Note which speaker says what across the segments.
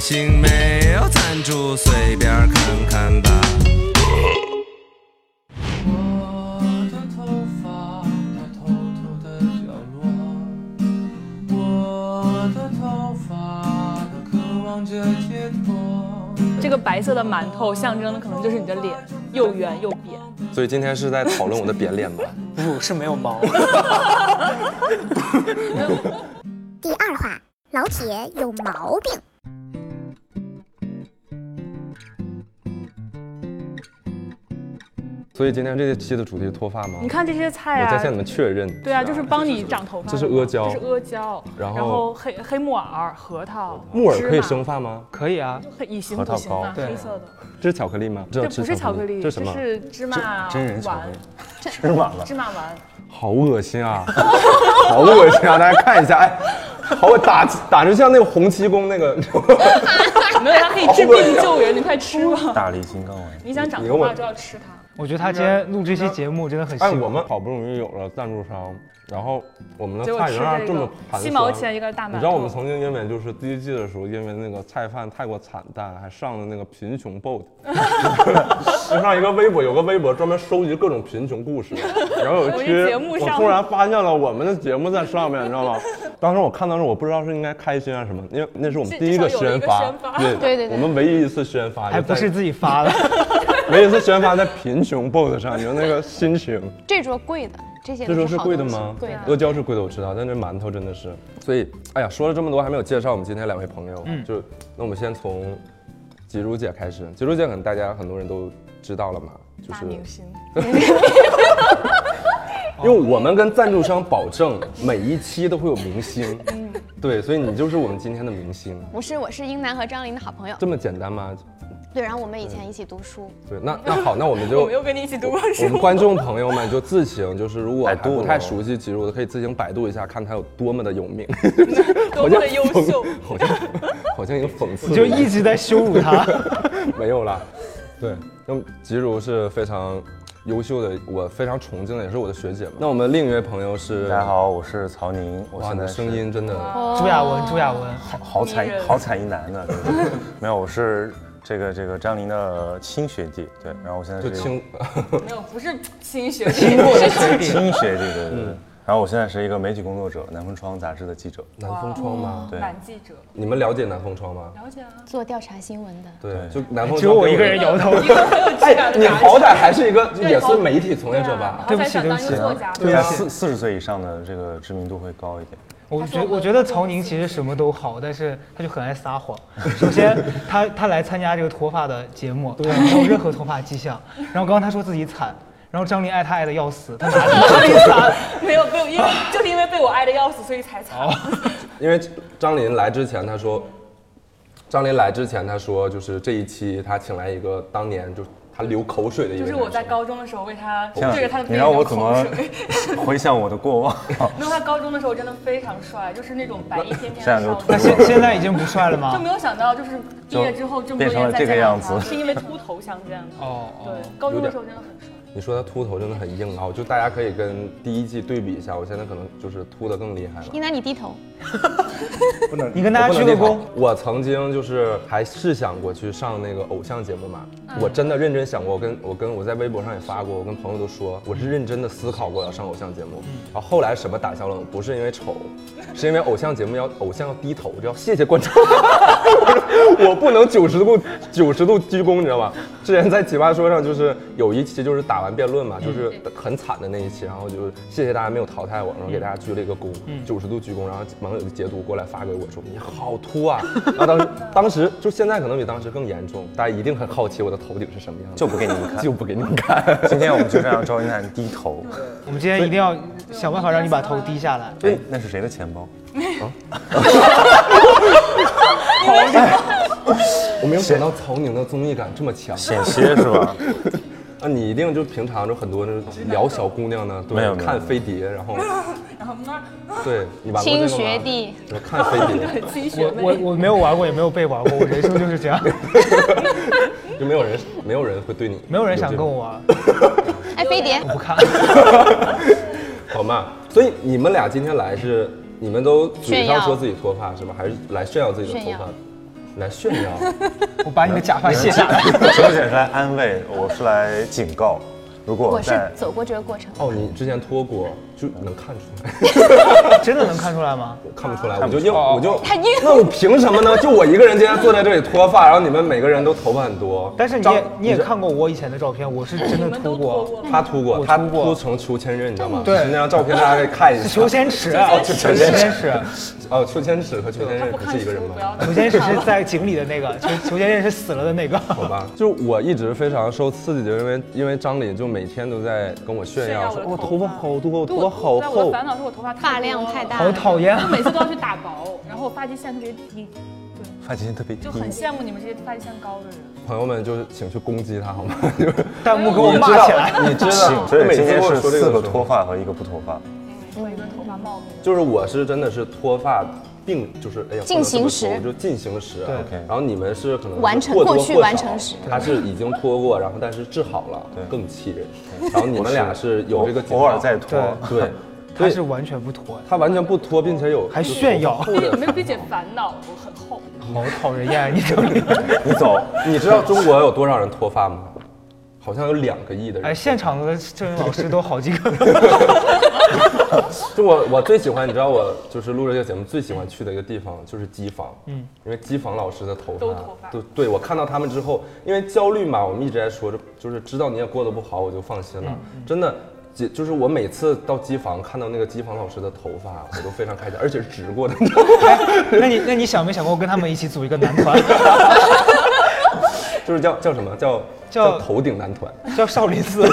Speaker 1: 星没有赞助，随便看看吧。
Speaker 2: 我的头发它偷偷的角落，我的头发它渴望着解脱。
Speaker 3: 这个白色的馒头象征的可能就是你的脸，又圆又扁。
Speaker 4: 所以今天是在讨论我的扁脸吗？
Speaker 5: 不是没有毛。
Speaker 6: 第二话，老铁有毛病。
Speaker 4: 所以今天这期的主题脱发吗？
Speaker 3: 你看这些菜
Speaker 4: 我在向
Speaker 3: 啊，
Speaker 4: 你们确认。
Speaker 3: 对啊，就是帮你长头发的嘛。
Speaker 4: 这是阿胶
Speaker 3: 这是阿胶，
Speaker 4: 然后
Speaker 3: 黑黑木耳、核桃、
Speaker 4: 木耳可以
Speaker 3: 芝麻
Speaker 4: 生，发吗？
Speaker 5: 可以啊，
Speaker 3: 可以形
Speaker 4: 核
Speaker 3: 补
Speaker 4: 桃
Speaker 3: 形嘛，
Speaker 4: 糕
Speaker 5: 对
Speaker 3: 黑色的。
Speaker 4: 这是巧克力吗？这
Speaker 3: 这
Speaker 4: 要
Speaker 3: 不
Speaker 4: 吃
Speaker 3: 是巧克力，
Speaker 4: 这是什么？
Speaker 3: 是芝麻
Speaker 4: 真人巧克
Speaker 3: 丸
Speaker 4: 力，吃满了，
Speaker 3: 芝麻丸。
Speaker 4: 好恶心啊！好恶心啊！大家看一下，哎，好打打着像那个洪七公 那个，
Speaker 3: 没有，它可以治病救人，你快吃吧。
Speaker 7: 大力金刚丸，
Speaker 3: 你想长
Speaker 4: 你
Speaker 3: 头
Speaker 4: 跟我
Speaker 3: 发就要吃它。
Speaker 5: 我觉得他今天录这期节目真的很辛
Speaker 4: 哎，
Speaker 5: 苦。
Speaker 4: 我们好不容易有了赞助商，然后我们
Speaker 3: 结
Speaker 4: 的
Speaker 3: 果
Speaker 4: 菜
Speaker 3: 吃
Speaker 4: 仍然
Speaker 3: 这
Speaker 4: 这么
Speaker 3: 个
Speaker 4: 寒
Speaker 3: 七
Speaker 4: 酸
Speaker 3: 毛钱一个大馒头
Speaker 4: 你知道我们曾经因为就是第一季的时候，因为那个菜饭太过惨淡，还上了那个贫穷 bot，就 上一个微博，有个微博专门收集各种贫穷故事。然后有一
Speaker 3: 我这
Speaker 4: 期
Speaker 3: 节目
Speaker 4: 我
Speaker 3: 上
Speaker 4: 突然发现了我们的节目在上面，你知道吗？当时我看到时候，我不知道是应该开心啊什么，因为那是我们
Speaker 3: 至
Speaker 4: 第一个
Speaker 3: 至少有一
Speaker 4: 宣
Speaker 3: 个
Speaker 4: 发
Speaker 3: 宣发，
Speaker 4: 对对，我们唯一一次宣发，
Speaker 5: 还不
Speaker 4: 在
Speaker 5: 是自己 发的，
Speaker 4: 唯一一次宣发在贫穷 bot 上，你说那个心情。
Speaker 8: 这桌贵的，这些
Speaker 4: 这
Speaker 8: 都
Speaker 4: 时候是
Speaker 8: 好
Speaker 4: 贵的
Speaker 8: 东西
Speaker 4: 吗？
Speaker 8: 贵的。
Speaker 4: 阿胶是贵的，我知道，但这馒头真的是，所以，哎呀，说了这么多，还没有介绍我们今天两位朋友，啊
Speaker 7: 嗯
Speaker 4: 就那我们先从吉如姐开始，吉如姐可能大家很多人都知道了嘛，就是
Speaker 3: 星，
Speaker 4: 因为我们跟赞助商保证每一期都会有明星，对，所以你就是我们今天的明星，
Speaker 8: 不是，我是英男和张琳的好朋友。
Speaker 4: 这么简单吗？
Speaker 8: 对，然后我们以前一起读书。
Speaker 4: 对，那那好，那我们就
Speaker 3: 我没有跟你一起读过
Speaker 4: 我们
Speaker 3: 书。
Speaker 4: 观众朋友们就自行，就是如果
Speaker 7: 百
Speaker 4: 还
Speaker 7: 度
Speaker 4: 不太
Speaker 7: 哦
Speaker 4: 熟悉吉如的，可以自行百度一下，看他有多么的有名，
Speaker 3: 多么的优秀，
Speaker 4: 好像 好像一个讽刺
Speaker 5: 我
Speaker 4: 的
Speaker 5: 就
Speaker 4: 人，
Speaker 5: 一直在羞辱他。
Speaker 4: 没有啦。对，那么吉如是非常优秀的，我非常崇敬的，也是我的学姐嘛。那我们另一位朋友是，
Speaker 7: 大家，好，我是曹宁，我
Speaker 4: 哇，
Speaker 7: 现
Speaker 4: 你
Speaker 7: 在
Speaker 4: 的
Speaker 7: 是
Speaker 4: 声音真的，
Speaker 5: 朱亚文，朱亚文，
Speaker 7: 好
Speaker 3: 迷
Speaker 7: 惨
Speaker 3: 人
Speaker 7: 好惨一男的，对对没有，我是这个这个张琳的亲学弟，对，然后我现在
Speaker 4: 就是
Speaker 7: 一个
Speaker 4: 轻，啊
Speaker 3: 没有，不是亲 学弟，是
Speaker 7: 亲学弟，对
Speaker 4: 嗯
Speaker 7: 对对，然后我现在是一个媒体工作者，南风窗杂志的记者，
Speaker 4: 南风窗吗？
Speaker 7: 对
Speaker 3: 男记者。
Speaker 4: 你们了解南风窗吗？
Speaker 3: 了解啊，
Speaker 8: 做调查新闻的，
Speaker 4: 对，就南风窗。
Speaker 5: 只有我一个人。摇头。
Speaker 3: 一个很有质感的杂志。
Speaker 4: 哎你好歹还是一个
Speaker 3: 对
Speaker 4: 也是媒体从业者吧？
Speaker 3: 好
Speaker 5: 对不
Speaker 3: 歹
Speaker 5: 起
Speaker 3: 想当一个
Speaker 5: 对不
Speaker 3: 作
Speaker 5: 起
Speaker 3: 家。
Speaker 5: 对
Speaker 7: 那
Speaker 5: 啊
Speaker 7: 四四十岁以上的这个知名度会高一点。
Speaker 5: 我觉我觉得曹宁其实什么都好，但 是他就很爱撒谎。首先，他他来参加这个脱发的节目，他没有任何脱发迹象。然后刚刚他说自己惨，然后张琳爱他爱的要死，他哪里 哪里惨？
Speaker 3: 没有，没有，因为就是因为被我爱的要死，所以才惨。
Speaker 4: 因为张琳来之前，她说，张琳来之前她说，就是这一期她请来一个当年就她流口水的一个
Speaker 3: 就
Speaker 4: 人，
Speaker 3: 是我在高中的时候为他
Speaker 7: 天啊
Speaker 3: 对着他的
Speaker 7: 你
Speaker 3: 背
Speaker 7: 让我
Speaker 3: 流
Speaker 7: 怎
Speaker 3: 口
Speaker 7: 么
Speaker 3: 水。
Speaker 7: 回想我的过往？
Speaker 3: 没有，他高中的时候真的非常帅，就是那种白衣翩翩
Speaker 7: 现在
Speaker 3: 的
Speaker 7: 都
Speaker 3: 少
Speaker 7: 秃
Speaker 5: 那
Speaker 3: 年。
Speaker 5: 现现在已经不帅 了
Speaker 3: 就
Speaker 5: 吗
Speaker 3: 没？有想到，就是毕业之后这么多
Speaker 7: 变成
Speaker 3: 年
Speaker 7: 了
Speaker 3: 再
Speaker 7: 这个
Speaker 3: 见到
Speaker 7: 样
Speaker 3: 他，
Speaker 7: 子
Speaker 3: 是因为秃头相见的。
Speaker 5: 哦哦，
Speaker 3: 对，高中的时候真的很帅。
Speaker 4: 你说他秃头真的很硬凹，就大家可以跟第一季对比一下，我现在可能就是秃的更厉害了。
Speaker 8: 英男你低头，
Speaker 5: 哦你跟大家鞠个躬。。
Speaker 4: 我曾经就是还试想过去上那个偶像节目嘛，
Speaker 5: 嗯
Speaker 4: 我真的认真想过，我跟我跟我在微博上也发过，我跟朋友都说我是认真的思考过要上偶像节目，然后后来什么打消了，不是因为丑，是因为偶像节目要偶像要低头，就要谢谢观众， 我不能九十度九十度鞠躬，你知道吗？之前在奇葩说上就是有一期就是打完辩论嘛，
Speaker 7: 嗯
Speaker 4: 就是很惨的那一期，然后就是谢谢大家没有淘汰我，然后
Speaker 7: 嗯
Speaker 4: 给大家鞠了一个躬，九十度鞠躬，然后网友就截图过来发给我
Speaker 7: 嗯
Speaker 4: 说你好秃啊，然后当时 当时就现在可能比当时更严重，大家一定很好奇我的头顶是什么样的，
Speaker 7: 就不给你们 看
Speaker 4: 就不给你们 看。
Speaker 7: 今天我们就让赵一楠低头。
Speaker 5: 我们今天一定要想办法让你把头低下来。
Speaker 7: 哎，那是谁的钱包？
Speaker 4: 我没有想到曹宁的综艺感这么强，
Speaker 7: 险些是吧？
Speaker 4: 啊，你一定就平常就很多 那种聊小姑娘呢，
Speaker 7: 没
Speaker 4: 对，
Speaker 7: 有没有
Speaker 4: 看飞碟，然后
Speaker 3: 然后那
Speaker 4: 对你玩过这个
Speaker 8: 亲
Speaker 4: 吗？
Speaker 8: 学弟，
Speaker 4: 就看飞碟。
Speaker 3: 亲学
Speaker 5: 我我
Speaker 3: 妹，
Speaker 5: 我没有玩过，也没有被玩过，我人生就是这样，
Speaker 4: 就没有人，没有人会对你，
Speaker 5: 没有人想跟我玩，
Speaker 8: 哎，飞碟，
Speaker 5: 不看。
Speaker 4: 好嘛。所以你们俩今天来是，你们都嘴
Speaker 8: 炫耀
Speaker 4: 上说自己脱发是吗？还是来炫耀自己的
Speaker 8: 炫
Speaker 4: 脱
Speaker 8: 耀
Speaker 4: 发？来炫耀，
Speaker 5: 我把你的假发卸下来。
Speaker 7: 小姐是来安慰，我是来警告。如果
Speaker 8: 我是
Speaker 7: 在
Speaker 8: 走过这个过程，
Speaker 4: 哦，你之前脱过，就能看出来，
Speaker 5: 真的能看出来吗？
Speaker 4: 我看不出来，我就硬，我就
Speaker 8: 太硬
Speaker 4: 那我凭什么呢？就我一个人今天坐在这里脱发，然后你们每个人都头发很多，
Speaker 5: 但是你
Speaker 4: 张
Speaker 5: 也你也
Speaker 4: 知
Speaker 5: 看过我以前的照片，我是真的秃过，
Speaker 4: 他秃过，
Speaker 5: 我
Speaker 4: 他
Speaker 5: 秃过
Speaker 4: 秃成裘千仞，你知道吗？
Speaker 5: 对
Speaker 4: 是那张照片大家可以看一下。
Speaker 5: 裘千 尺，
Speaker 4: 哦
Speaker 5: 裘
Speaker 4: 裘千
Speaker 5: 千
Speaker 4: 尺，
Speaker 5: 尺，
Speaker 4: 哦，裘千尺和裘千仞
Speaker 3: 不
Speaker 4: 不
Speaker 3: 看
Speaker 4: 是一
Speaker 3: 书
Speaker 4: 个人
Speaker 3: 不
Speaker 4: 吗
Speaker 3: 要？
Speaker 5: 裘千尺是在井里的那 个，裘裘千仞是死了的那个。
Speaker 4: 好吧， 就是我一直非常受刺激的，因为因为张琳就每天都在跟我炫耀
Speaker 3: 炫
Speaker 4: 说，
Speaker 3: 耀
Speaker 4: 我
Speaker 3: 我的
Speaker 4: 头发好多，我
Speaker 3: 对
Speaker 4: 头
Speaker 3: 我
Speaker 4: 发
Speaker 3: 对
Speaker 4: 好
Speaker 3: 我的
Speaker 4: 厚，
Speaker 3: 烦恼是我头发
Speaker 8: 发量太大
Speaker 3: 多
Speaker 5: 好
Speaker 3: 了
Speaker 5: 讨厌啊
Speaker 3: 我每次都要去打薄，然后我发际线特别低，
Speaker 7: 发际线特别低
Speaker 3: 就，很羡慕你们这些发际线高的人。
Speaker 4: 朋友们就是请去攻击他好吗？ 就是
Speaker 5: 弹幕给我骂起来。
Speaker 4: 你知道，
Speaker 7: 所
Speaker 4: 就每
Speaker 7: 以今
Speaker 4: 次
Speaker 7: 天
Speaker 4: 跟我
Speaker 7: 是
Speaker 4: 说这
Speaker 7: 四
Speaker 4: 个
Speaker 7: 个
Speaker 4: 的时
Speaker 7: 脱
Speaker 4: 候，
Speaker 7: 发和一个不脱发。
Speaker 3: 我一个头发茂密的。
Speaker 4: 就是我是真的是脱发。并就是哎呀，
Speaker 8: 进行时
Speaker 4: 不能这么说我就进行时，啊
Speaker 5: 对
Speaker 7: OK
Speaker 4: 然后你们是可能是
Speaker 8: 完成
Speaker 4: 或多
Speaker 8: 过去
Speaker 4: 或少
Speaker 8: 完成时，
Speaker 4: 他是已经脱过，然后但是治好了，
Speaker 7: 对
Speaker 4: 更气人。然后你们俩是有这个
Speaker 7: 偶尔在
Speaker 4: 脱，对，
Speaker 7: 脱，
Speaker 4: 所
Speaker 5: 他
Speaker 4: 以
Speaker 5: 是完全不脱，
Speaker 4: 他完全不脱，并且有
Speaker 5: 还炫耀
Speaker 4: 有
Speaker 3: 你
Speaker 4: 的
Speaker 3: 们比姐烦恼，我很厚。
Speaker 5: 好讨人厌啊！你这 个人
Speaker 4: 你走，你知道中国有多少人脱发吗？好像有两个亿的人。
Speaker 5: 哎，现场的摄影老师都好几个，
Speaker 4: 就我我最喜欢，你知道我就是录这个节目最喜欢去的一个地方就是机房，嗯，因为机房老师的头发
Speaker 3: 都脱发
Speaker 4: 对对，我看到他们之后，因为焦虑嘛，我们一直在说，就就是知道你也过得不好，我就放心了，
Speaker 5: 嗯
Speaker 4: 真的。姐，就是我每次到机房看到那个机房老师的头发，我都非常开心，而且是直过的。
Speaker 5: 那你那你想没想过跟他们一起组一个男 团，
Speaker 4: 就是叫叫什么叫
Speaker 5: 叫
Speaker 4: 头顶男团？
Speaker 5: 叫少林 寺？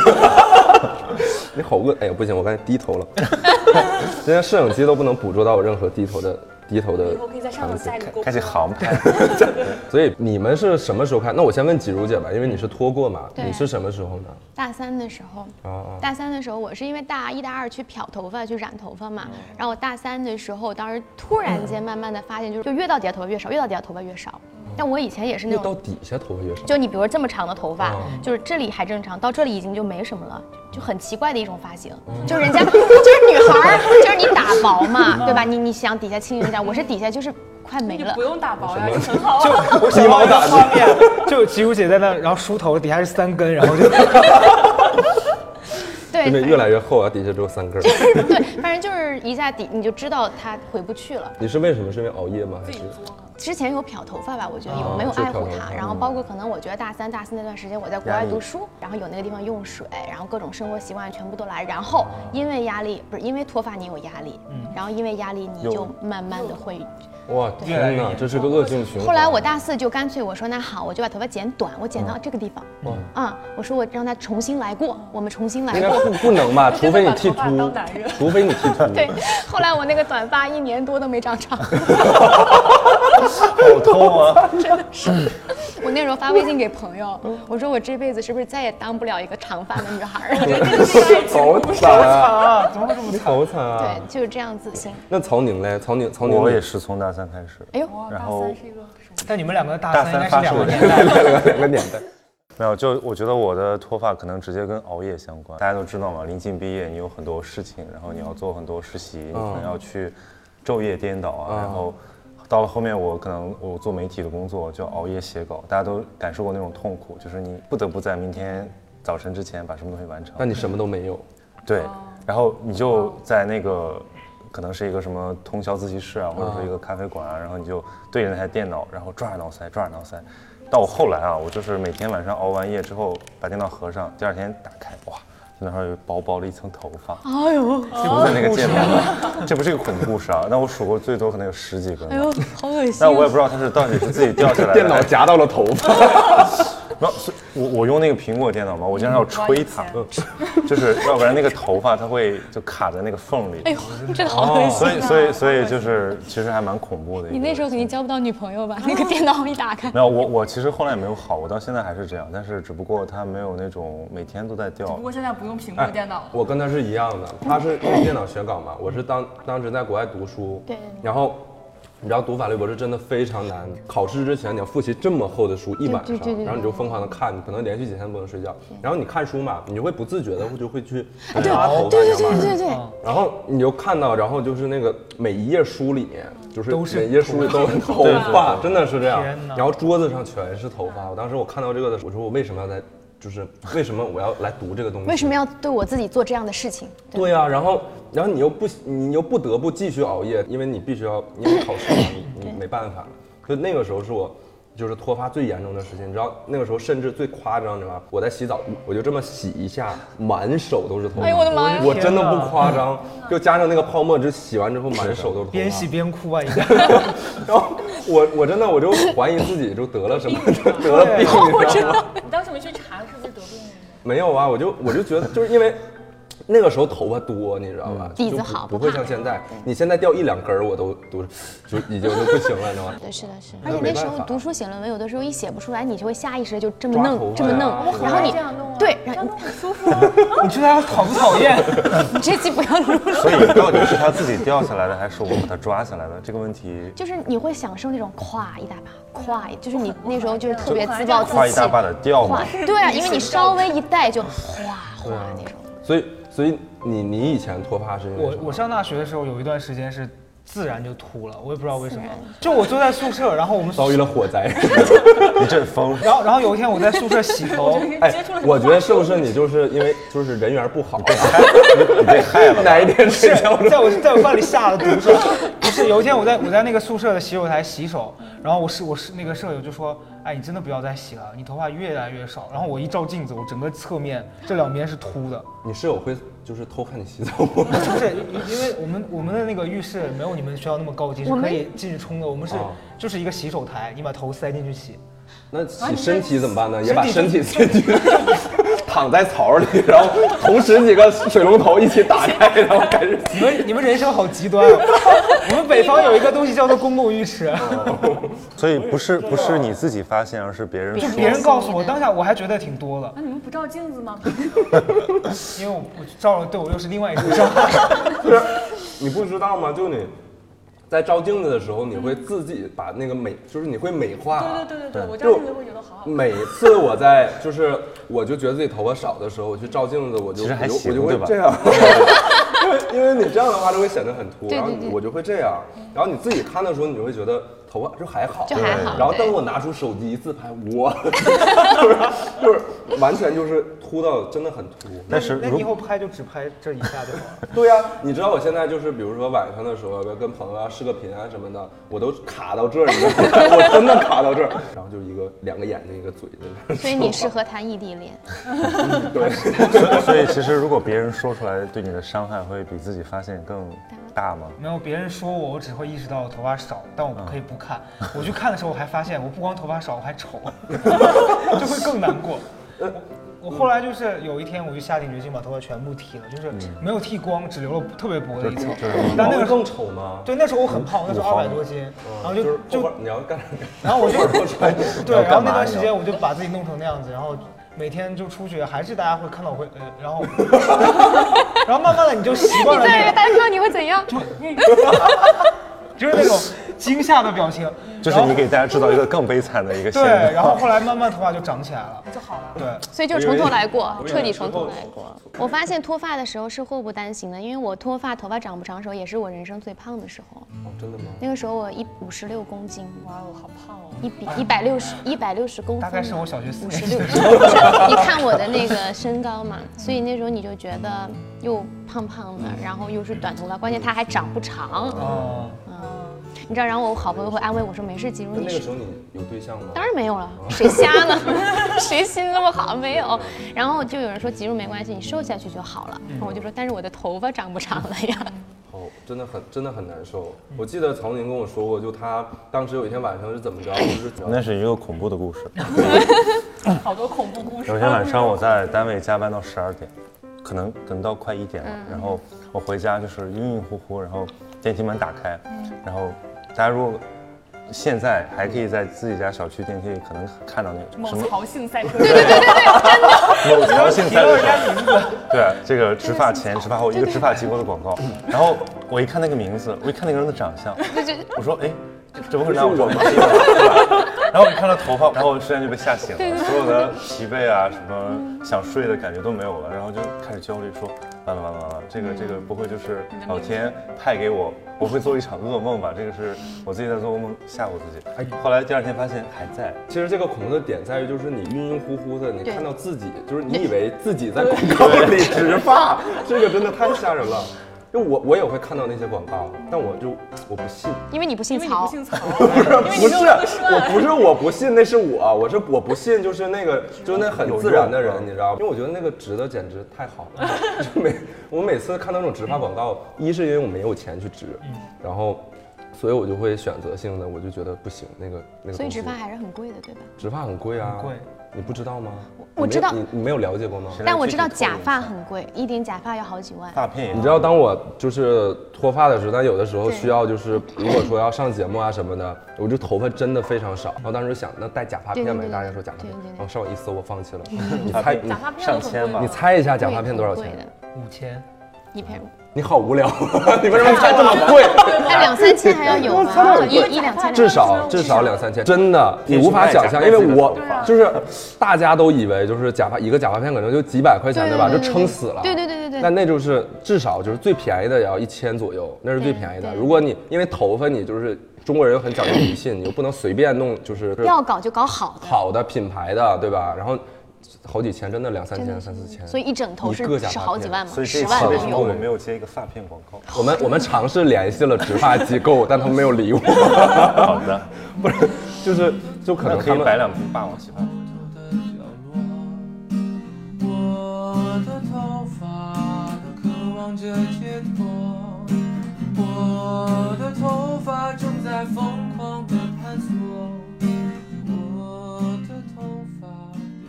Speaker 4: 你好饿！哎呀，不行，我刚才低头了。 今天摄影机都不能捕捉到我任何低头的低头的
Speaker 3: 以后可以在上
Speaker 4: 场
Speaker 3: 头
Speaker 4: 景
Speaker 3: 加一个
Speaker 7: 开始航 拍。
Speaker 4: 所以你们是什么时候看？那我先问几如姐吧，因为你是脱过嘛，
Speaker 8: 对
Speaker 4: 你是什么时候呢？
Speaker 8: 大三的时候，
Speaker 4: 啊啊，
Speaker 8: 大三的时候，我是因为大一、大二去漂头发、去染头发嘛，然后我大三的时候，当时突然间慢慢的发现，就是就越到底下头发越少，越到底下头发越少。但我以前也是
Speaker 4: 越
Speaker 8: 那种
Speaker 4: 到底下头发越少。
Speaker 8: 就你 比如说这么长的头发，
Speaker 4: 嗯
Speaker 8: 就是这里还正常，到这里已经就没什么了，就很奇怪的一种发型。
Speaker 4: 嗯
Speaker 8: 就是人家 就是女孩儿，就是你打薄 嘛，对吧？你你想底下轻盈一点，我是底下就是快没
Speaker 3: 你
Speaker 8: 了
Speaker 3: 不。用打薄呀，就很好啊。
Speaker 5: 我想到一个画面， 就吉如姐在那，然后梳头，底下是三根，然后 就
Speaker 8: 对
Speaker 4: 因为越来越厚啊，底下只有三 根儿。
Speaker 8: 对，反正就是一下底你就知道它回不去了。
Speaker 4: 你是为什么？是因为熬夜吗？还是
Speaker 8: 之前有漂头发吧，我觉得有
Speaker 4: 哦
Speaker 8: 没有
Speaker 4: 就
Speaker 8: 爱护
Speaker 4: 漂头
Speaker 8: 它，
Speaker 4: 发
Speaker 8: 然后包括可能我觉得大三、大四那段时间我在国
Speaker 4: 压
Speaker 8: 外
Speaker 4: 力
Speaker 8: 读书，然后有那个地方用水，然后各种生活习惯全部都来，然
Speaker 4: 啊
Speaker 8: 后因为压力不是因为脱发你有压力，
Speaker 4: 嗯
Speaker 8: 然后因为压力你
Speaker 7: 有
Speaker 8: 就慢慢的会
Speaker 4: 哇天哪，这是个恶性循环。
Speaker 8: 后来我大四就干脆我说那好，我就把头发剪短，我剪到这个地方。啊、我说我让它重新来过，我们重新来
Speaker 4: 应该
Speaker 8: 过。
Speaker 4: 不不能吧？除非你剃
Speaker 3: 把头发
Speaker 4: 秃
Speaker 3: 当男人，
Speaker 4: 除非你剃秃。
Speaker 8: 对，后来我那个短发一年多都没长长，
Speaker 7: 好偷
Speaker 4: 啊
Speaker 7: 吗？
Speaker 8: 我那时候发微信给朋友，我说我这辈子是不是再也当不了一个长发的女孩
Speaker 4: 啊
Speaker 8: 儿？
Speaker 4: 好惨啊！怎么这么惨？好惨啊
Speaker 8: 对，！就是这样自信。
Speaker 4: 那曹宁嘞？曹宁，曹宁，
Speaker 7: 我也是从大三开始，
Speaker 8: 哎呦，
Speaker 7: 然后
Speaker 5: 但你们两个大三应该是两个
Speaker 7: 大三
Speaker 5: 年代，
Speaker 4: 两个年代。
Speaker 7: 没有，就我觉得我的脱发可能直接跟熬夜相关。大家都知道嘛，临近毕业，你有很多事情，然后你要做很多实习，你
Speaker 4: 嗯
Speaker 7: 可能要去昼夜颠倒啊，然后到了后面，我可能我做媒体的工作就熬夜写稿，大家都感受过那种痛苦，就是你不得不在明天早晨之前把什么东西完成。
Speaker 4: 那你什么都没有，
Speaker 7: 对，
Speaker 8: 哦
Speaker 7: 然后
Speaker 8: 嗯
Speaker 7: 你就在那个，可能是一个什么通宵自习室
Speaker 8: 嗯
Speaker 7: 啊，或者是一个咖啡馆啊，然后你就对着那台电脑，然后抓耳挠腮，抓耳挠腮。到我后来啊，我就是每天晚上熬完夜之后，把电脑合上，第二天打开，哇，那上有薄薄的一层头发，
Speaker 8: 哎呦，哦
Speaker 7: 这不是那个键盘，这不是一个恐怖故事啊。那我数过最多可能有十几根
Speaker 8: 哎
Speaker 7: 吧，
Speaker 8: 好恶心
Speaker 7: 但我也不知道它是到底是自己掉下来的，
Speaker 4: 电脑夹到了头发。
Speaker 7: 没有，所以我我用那个苹果电脑嘛，我经
Speaker 8: 嗯
Speaker 7: 常要吹它， 就是要不然那个头发它会就卡在那个缝里。哦
Speaker 8: 哎呦，这个好恶心
Speaker 7: 所
Speaker 8: 啊！
Speaker 7: 以，所以，所以就是，其实还蛮恐怖的一个。
Speaker 8: 你那时候肯定交不到女朋友吧？那个电脑一打 开，
Speaker 7: 没有我，我其实后来也没有好，我到现在还是这样，但是只不过它没有那种每天都在掉
Speaker 3: 不。过现在不用苹果电脑了，
Speaker 4: 哎我跟他 是一样的，他是用电脑写稿嘛，我是当当时在国外读书，
Speaker 8: 对对对
Speaker 4: 然后你知道读法律博士真的非常难，考试之前你要复习这么厚的书一晚上，然后你就疯狂的看，你可能连续几天不能睡觉。然后你看书嘛，你就会不自觉的就会去
Speaker 8: 啊对
Speaker 4: 拉头发
Speaker 8: 对对
Speaker 4: 干嘛
Speaker 8: 对
Speaker 4: 的
Speaker 8: 对对，
Speaker 4: 然后你就看到，然后就是那个每一页书里面，就是
Speaker 5: 都是
Speaker 4: 每一页书里都是头发，真的是这样
Speaker 5: 天。哪
Speaker 4: 然后桌子上全是头发。我当时我看到这个的时候，我说我为什么要在，就是为什么我要来读这个东西？
Speaker 8: 为什么要对我自己做这样的事情？对
Speaker 4: 对呀、啊然后然后你又不你又不得不继续熬夜，因为你必须要因为考试嘛，你你没办法。所以那个时候是我就是脱发最严重的事情，你知道那个时候甚至最夸张，你知道吗？我在洗澡，我就这么洗一下，满手都是头发。
Speaker 3: 哎呦我的妈呀嗯
Speaker 4: 我真的不夸张，就加上那个泡沫，就洗完之后满手都是头发。
Speaker 5: 边洗边哭啊，一个
Speaker 4: 然后我我真的我就怀疑自己就得了什么 得了病，你知道吗？
Speaker 9: 你当时没去查是不是得病了？
Speaker 4: 没有啊，我就我就觉得就是因为。那个时候头发多，你知道吧？
Speaker 8: 嗯底
Speaker 4: 就
Speaker 8: 子
Speaker 4: 不
Speaker 8: 好
Speaker 4: 不
Speaker 8: 不
Speaker 4: 会
Speaker 8: 怕
Speaker 4: 像现在。你现在掉一两根儿，我都都就已经就不行了，你知道吗？
Speaker 8: 对，是的，是的。
Speaker 4: 那
Speaker 8: 而且
Speaker 4: 没
Speaker 8: 那时
Speaker 4: 办
Speaker 8: 候
Speaker 4: 法
Speaker 8: 读书写论文，有的时候一写不出来，你就会下意识地就这么
Speaker 4: 抓头
Speaker 8: 弄，
Speaker 4: 发
Speaker 8: 这么弄
Speaker 4: 呀，
Speaker 8: 然后你
Speaker 9: 这样弄啊，
Speaker 8: 对，
Speaker 9: 这
Speaker 8: 然
Speaker 9: 样
Speaker 8: 后
Speaker 9: 弄很舒服啊。
Speaker 5: 你说他讨不讨厌？
Speaker 8: 你 这期不要录了。
Speaker 7: 所以到底是他自己掉下来的，还是我把他抓下来的？这个问题
Speaker 8: 就是你会享受那种咵一大把，咵，就是你那时候就是特别自暴自
Speaker 7: 夸一
Speaker 8: 弃，
Speaker 7: 大把的掉嘛
Speaker 8: 咵，，对啊，因为你稍微一带 就哗
Speaker 7: 啊
Speaker 8: 哗那种。
Speaker 4: 所以所以你你以前脱发是因为
Speaker 5: 我
Speaker 4: 什么
Speaker 5: 我上大学的时候有一段时间是自然就秃了，我也不知道为什么。就我坐在宿舍，然后我们
Speaker 4: 遭遇了火灾。
Speaker 7: 一阵风。
Speaker 5: 然后然后有一天我在宿舍洗头，
Speaker 4: 哎，我觉得是不是你就是因为就是人缘不好，啊
Speaker 7: 你被害了吧，
Speaker 4: 哪一天睡
Speaker 5: 是
Speaker 4: 觉的时候
Speaker 5: 在我在我饭里下了毒手。不是，有一天我在我在那个宿舍的洗手台洗手，然后我室我室那个舍友就说：“哎，你真的不要再洗了，你头发越来越少。”然后我一照镜子，我整个侧面这两边是秃的，
Speaker 4: 你室友会就是偷看你洗澡吗？
Speaker 5: 就是因为我们我们的那个浴室没有你们学校那么高级，是
Speaker 8: 我们
Speaker 5: 可以进去冲的。我们是
Speaker 4: 哦
Speaker 5: 就是一个洗手台，你把头塞进去洗。
Speaker 4: 那洗身体怎么办呢？也把身体塞进去，躺在槽里，然后同时几个水龙头一起打开，然后开始洗。
Speaker 5: 你们你们人生好极端、哦。我们北方有一个东西叫做公共浴池，
Speaker 7: 所以不是不是你自己发现，而是别人
Speaker 8: 别
Speaker 7: 说
Speaker 5: 别人告诉我，当下我还觉得挺多的，
Speaker 9: 那你们不照镜子吗？
Speaker 5: 因为我我照了对我又是另外一种伤害。
Speaker 4: 不是，你不知道吗？就你在照镜子的时候，你会自己把那个美，
Speaker 8: 嗯
Speaker 4: 就是你会美化。
Speaker 9: 对对对对对，我照
Speaker 4: 就
Speaker 9: 镜子会觉得好好看。
Speaker 4: 每次我在就是，我就觉得自己头发少的时候，我去照镜子，我就
Speaker 7: 其实还
Speaker 4: 我就
Speaker 7: 行
Speaker 4: 我就
Speaker 7: 对
Speaker 4: 会
Speaker 7: 吧
Speaker 4: 这样， 因为因为你这样的话就会显得很秃，
Speaker 8: 对
Speaker 4: 然后
Speaker 8: 对对
Speaker 4: 我就会这样，然后你自己看的时候，你会觉得头发就还好，
Speaker 8: 就还好
Speaker 4: 然后
Speaker 8: 对
Speaker 4: 当我拿出手机一自拍，我 就是就是完全就是秃到真的很秃。
Speaker 7: 但是
Speaker 5: 那你
Speaker 7: 如
Speaker 5: 以后拍就只拍这一下就好了。
Speaker 4: 对呀、你知道我现在就是，比如说晚上的时候跟朋友啊视个频啊什么的，我都卡到这儿，你知道吗？我真的卡到这儿，然后就一个两个眼睛一个嘴的，
Speaker 8: 所以你适合谈异地 恋，
Speaker 4: 对，
Speaker 7: 所以其实如果别人说出来，对你的伤害会比自己发现更大吗？
Speaker 5: 没有别人说我，我只会意识到我头发少，但我可以不看。我去看的时候，我还发现我不光头发少，我还丑，就会更难过。我我后来就是有一天，我就下定决心把头发全部剃了，就是没有剃光，只留了特别薄的一层。但那个时候，
Speaker 4: 更丑吗？
Speaker 5: 对那时候我很胖，那时候二百多斤，然后
Speaker 4: 嗯就是
Speaker 5: 就
Speaker 4: 就
Speaker 5: 就，
Speaker 4: 你要干啥？哦
Speaker 5: 然后我就对，
Speaker 7: 要
Speaker 5: 然后
Speaker 7: 干
Speaker 5: 那
Speaker 7: 嘛
Speaker 5: 段
Speaker 7: 你
Speaker 5: 时
Speaker 7: 要
Speaker 5: 间我就把自己弄成那样子，然后每天就出去，还是大家会看到我会呃，然后然后慢慢的你就习惯了那个。
Speaker 8: 单说你会怎样？
Speaker 5: 就是那种惊吓的表情，
Speaker 7: 就是你给大家制造一个更悲惨的一个现
Speaker 5: 对，
Speaker 7: 状。
Speaker 5: 然后后来慢慢头发就长起来了，就好了。对，
Speaker 8: 所以就是从头来过，彻底从头来过。我发现脱发的时候是祸不单行的，因为我脱发头发长不长的时候，也是我人生最胖的时候。
Speaker 7: 嗯
Speaker 4: 哦，真的吗？
Speaker 8: 那个时候我一五十六公斤，
Speaker 9: 哇哦，好胖哦！
Speaker 8: 一比一百六十一百六十公分呢，
Speaker 5: 大概是我小学四
Speaker 8: 五
Speaker 5: 年
Speaker 8: 十
Speaker 5: 级
Speaker 8: 六
Speaker 5: 的
Speaker 8: 公
Speaker 5: 时
Speaker 8: 斤。
Speaker 5: 候。
Speaker 8: 你看我的那个身高嘛，所以那时候你就觉得又胖胖的，然后又是短头发，关键它还长不长。
Speaker 5: 哦，
Speaker 8: 你知道，然后我好朋友会安慰我说：“没事，记住
Speaker 4: 那
Speaker 8: 你
Speaker 4: 那
Speaker 8: 是
Speaker 4: 个时候你有对象吗？
Speaker 8: 当然没有了，谁瞎呢？谁心那么好？没有。然后就有人说，植入没关系，你瘦下去就好了。然后我就说，但是我的头发长不长了呀？
Speaker 4: 哦，真的很真的很难受。我记得曹宁跟我说过，就他当时有一天晚上是怎么着， 就是
Speaker 7: 那是一个恐怖的故事。
Speaker 9: 好多恐怖故事。
Speaker 7: 有一天晚上我在单位加班到十二点，可能可能到快一点了，
Speaker 5: 嗯
Speaker 7: 然后
Speaker 5: 嗯
Speaker 7: 我回家就是晕晕乎乎，然后电梯门打开，然后大家如果现在还可以在自己家小区电梯里可能看到那个什
Speaker 9: 某
Speaker 7: 么
Speaker 9: 曹姓赛车手，
Speaker 7: 某条性三
Speaker 5: 人家名字，
Speaker 7: 对，这个植发前、植发后，一个植发机构的广告。然后我一看那个名字，我一看那个人的长相，我说，哎，这这不会拿我吗？然后我一看到头发，然后我瞬间就被吓醒了，所有的疲惫啊，什么想睡的感觉都没有了，然后就开始焦虑，说完了完了完了，这个这个不会就是老天派给我，我会做一场噩梦吧？这个是我自己在做噩梦吓唬自己。后来第二天发现还在，
Speaker 4: 其实这个恐怖的点在于，就是你晕晕乎乎的，你
Speaker 8: 对
Speaker 4: 看到自己，就是你以为自 己在广告里植发，这个真的太吓人了。就我我也会看到那些广告，但我就我不信，
Speaker 8: 因为你不
Speaker 9: 因
Speaker 8: 姓
Speaker 9: 为你不
Speaker 8: 曹，
Speaker 9: 姓曹，
Speaker 4: 不是不
Speaker 9: 因为你
Speaker 4: 是
Speaker 9: 没有那么顺
Speaker 4: 我不是我不信，那是我，我是我不信，就是那个就是那很自然的人，你知道吗？因为我觉得那个植的简直太好了，就每我每次看到那种植发广告，一是因为我没有钱去植，
Speaker 9: 嗯
Speaker 4: 然后所以我就会选择性的，我就觉得不行，那个那个
Speaker 8: 所以
Speaker 4: 东西
Speaker 8: 植发还是很贵的，对吧？
Speaker 4: 植发很贵啊，
Speaker 5: 很贵，
Speaker 4: 你不知道吗？
Speaker 8: 我知道
Speaker 4: 你没有你你没有了解过吗？
Speaker 8: 但我知道假发很贵，一顶假发要好几万。
Speaker 7: 发片也
Speaker 4: 你知道，当我就是脱发的时候，但有的时候
Speaker 8: 对
Speaker 4: 需要就是，如果说要上节目啊什么的，我就头发真的非常少。然后当时想，那戴假发片
Speaker 8: 对对
Speaker 4: 呗，
Speaker 8: 对
Speaker 4: 大家说假发片
Speaker 8: 对对对，
Speaker 4: 然后上网一搜，我放弃了。你猜，你
Speaker 9: 假发片
Speaker 7: 上
Speaker 9: 都很
Speaker 7: 千
Speaker 9: 贵
Speaker 7: 吧
Speaker 4: 你
Speaker 9: 的，
Speaker 4: 猜一下假发片多少
Speaker 8: 贵的
Speaker 4: 钱？
Speaker 5: 五千，
Speaker 8: 一片，
Speaker 4: 你好无聊， 你为什么猜这么贵？
Speaker 8: 哎，两三千还 要有吧？一一两千，
Speaker 4: 至少 至少两三千，真的你无法想象，因为我
Speaker 8: 啊
Speaker 4: 就是大家都以为就是假发一个假发片可能就几百块钱
Speaker 8: 对
Speaker 4: 对吧，就
Speaker 8: 对对
Speaker 4: 撑死了。
Speaker 8: 对对对对
Speaker 4: 但
Speaker 8: 对，
Speaker 4: 那就是至少就是最便宜的也要一千左右，那是最便宜的。
Speaker 8: 对
Speaker 4: 如果你因为头发你就是中国人又很讲究迷信，你又不能随便弄，就是
Speaker 8: 要搞就搞好的，
Speaker 4: 好的品牌的，对吧？然后好几千，真的两三千、三四千。
Speaker 8: 所以一整头
Speaker 4: 一
Speaker 8: 是
Speaker 4: 个假发
Speaker 8: 是好几万嘛
Speaker 7: 所，以这一
Speaker 8: 十
Speaker 7: 期
Speaker 8: 万
Speaker 7: 为
Speaker 8: 都
Speaker 7: 什么
Speaker 8: 有。
Speaker 7: 我们没有接一个发片广告？
Speaker 4: 我们我们尝试联系了植发机构，但他们没有理我，
Speaker 7: 好的，
Speaker 4: 就是就可
Speaker 7: 那
Speaker 4: 能
Speaker 7: 可
Speaker 4: 他
Speaker 7: 以摆
Speaker 4: 们
Speaker 7: 两瓶霸王洗发水。
Speaker 2: 头的角落，我的头发它渴望着解脱，我的头发正在疯狂的探索，我的头发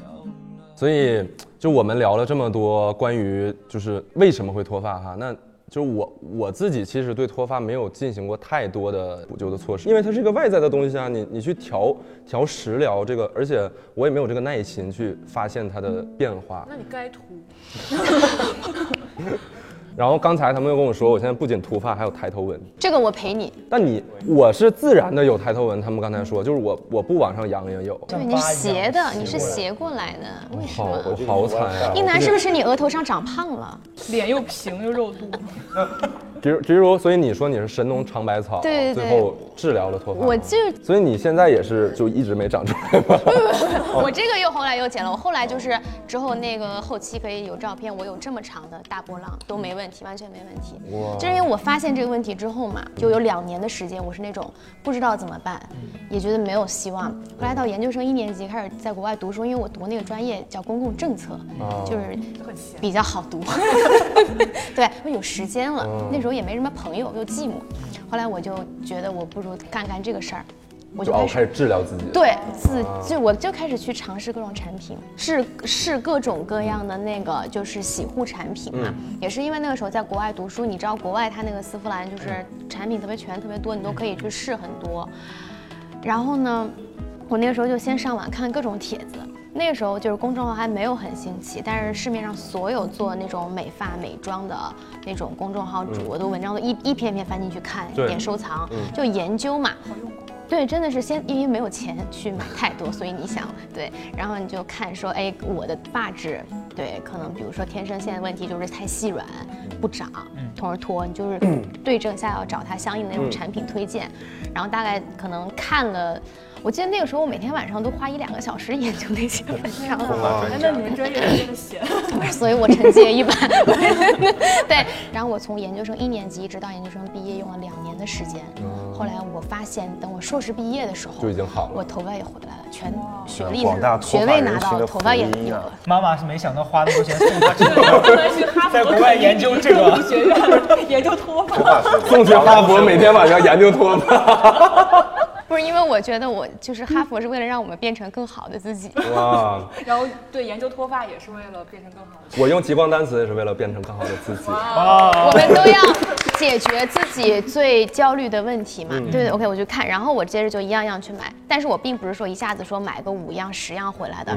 Speaker 2: 掉了。
Speaker 4: 所以就我们聊了这么多关于就是为什么会脱发哈，那就我我自己其实对脱发没有进行过太多的补救的措施，因为它是一个外在的东西啊，你你去调调食疗这个，而且我也没有这个耐心去发现它的变化。
Speaker 9: 那你该涂，
Speaker 4: 然后刚才他们又跟我说，我现在不仅秃发，还有抬头纹。
Speaker 8: 这个我陪你，
Speaker 4: 但你我是自然的有抬头纹，他们刚才说就是我我不往上扬也有，
Speaker 8: 对，你是斜的，你是斜过来的，为什
Speaker 4: 啊好
Speaker 8: 么？
Speaker 4: 我好惨啊呀、
Speaker 8: 一楠是不是你额头上长胖了？
Speaker 9: 脸又平又肉嘟，
Speaker 4: 比如，比如，所以你说你是神农尝百草，
Speaker 8: 对对对
Speaker 4: 最后治疗了脱发吗。
Speaker 8: 我就是
Speaker 4: 所以你现在也是就一直没长出来吗？
Speaker 8: 我这个又后来又剪了，我后来就是之后那个后期可以有照片，我有这么长的大波浪都没问题，完全没问题。就是因为我发现这个问题之后嘛，就有两年的时间，我是那种不知道怎么办，也觉得没有希望。后来到研究生一年级开始在国外读书，因为我读那个专业叫公共政策，就是
Speaker 9: 很闲。
Speaker 8: 比较好读。对，我有时间了，那时候也没什么朋友，又寂寞。后来我就觉得我不如干干这个事儿，我就
Speaker 4: 哦
Speaker 8: 开
Speaker 4: 我
Speaker 8: 始
Speaker 4: 开始治疗自己。，
Speaker 8: 对，自就我就开始去尝试各种产品，试试各种各样的那个就是洗护产品嘛。也是因为那个时候在国外读书，你知道国外它那个丝芙兰就是产品特别全，特别多，你都可以去试很多。然后呢，我那个时候就先上网看各种帖子。那个时候就是公众号还没有很兴起，但是市面上所有做那种美发美妆的那种公众号主，我的文章都一一篇篇翻进去看，
Speaker 4: 对
Speaker 8: 点收藏，就研究嘛。对，真的是先因为没有钱去买太多，所以你想对，然后你就看说，哎，我的发质，对，可能比如说天生现在问题就是太细软，不长，同时脱，你就是对症下药找它相应的那种产品推荐，然后大概可能看了，我记得那个时候我每天晚上都花一两个小时研究那些 啊文章，
Speaker 9: 哎，那你们专业是真的 闲，
Speaker 8: 不 是，所以我成绩也 一般。对，然后我从研究生一年级一直到研究生毕业用了两年的时间。后来我发现，等我硕士毕业的时候
Speaker 4: 嗯就已经好了
Speaker 8: 我头发也回来了，全学
Speaker 7: 嗯
Speaker 8: 历
Speaker 7: 广大
Speaker 8: 拿
Speaker 7: 脱
Speaker 8: 学
Speaker 7: 发
Speaker 8: 位
Speaker 7: 人
Speaker 8: 拿
Speaker 7: 群
Speaker 8: 到
Speaker 7: 的
Speaker 8: 了，头发也
Speaker 7: 福音
Speaker 8: 有
Speaker 7: 啊
Speaker 8: 了。
Speaker 5: 妈妈是没想到花那么多钱送他这个。
Speaker 9: 原来是哈佛
Speaker 5: 在国外研究这个
Speaker 9: 科技学院研究脱发。
Speaker 4: 送去哈佛，每天晚上研究脱发。
Speaker 8: 不是因为我觉得我就是哈佛是为了让我们变成更好的自己。
Speaker 4: 哇！
Speaker 9: 然后对研究脱发也是为了变成更好的。
Speaker 8: 哦
Speaker 4: 我用极光单词也是为了变成更好的自己。
Speaker 5: 啊，
Speaker 8: 我们都要解决自己最焦虑的问题嘛。对对，OK，我就看，然后我接着就一样样去买，但是我并不是说一下子说买个五样十样回来的，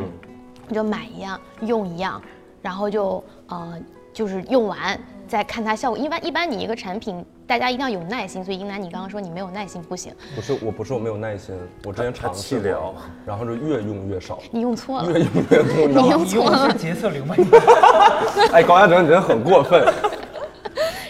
Speaker 8: 我就买一样用一样，然后就呃就是用完再看它效果。一般一般你一个产品，大家一定要有耐心，所以英楠你刚刚说你没有耐心不行，
Speaker 4: 不是我不是我没有耐心，我之前
Speaker 7: 他
Speaker 4: 尝
Speaker 7: 他
Speaker 4: 试
Speaker 7: 气疗
Speaker 4: 过，然后就越用越少，
Speaker 8: 你用错了
Speaker 4: 越，用越多，你知道
Speaker 8: 你
Speaker 4: 吗？
Speaker 8: 用错了。
Speaker 5: 是洁厕 灵吗？
Speaker 4: 哎，高嘉诚，你真的很过分。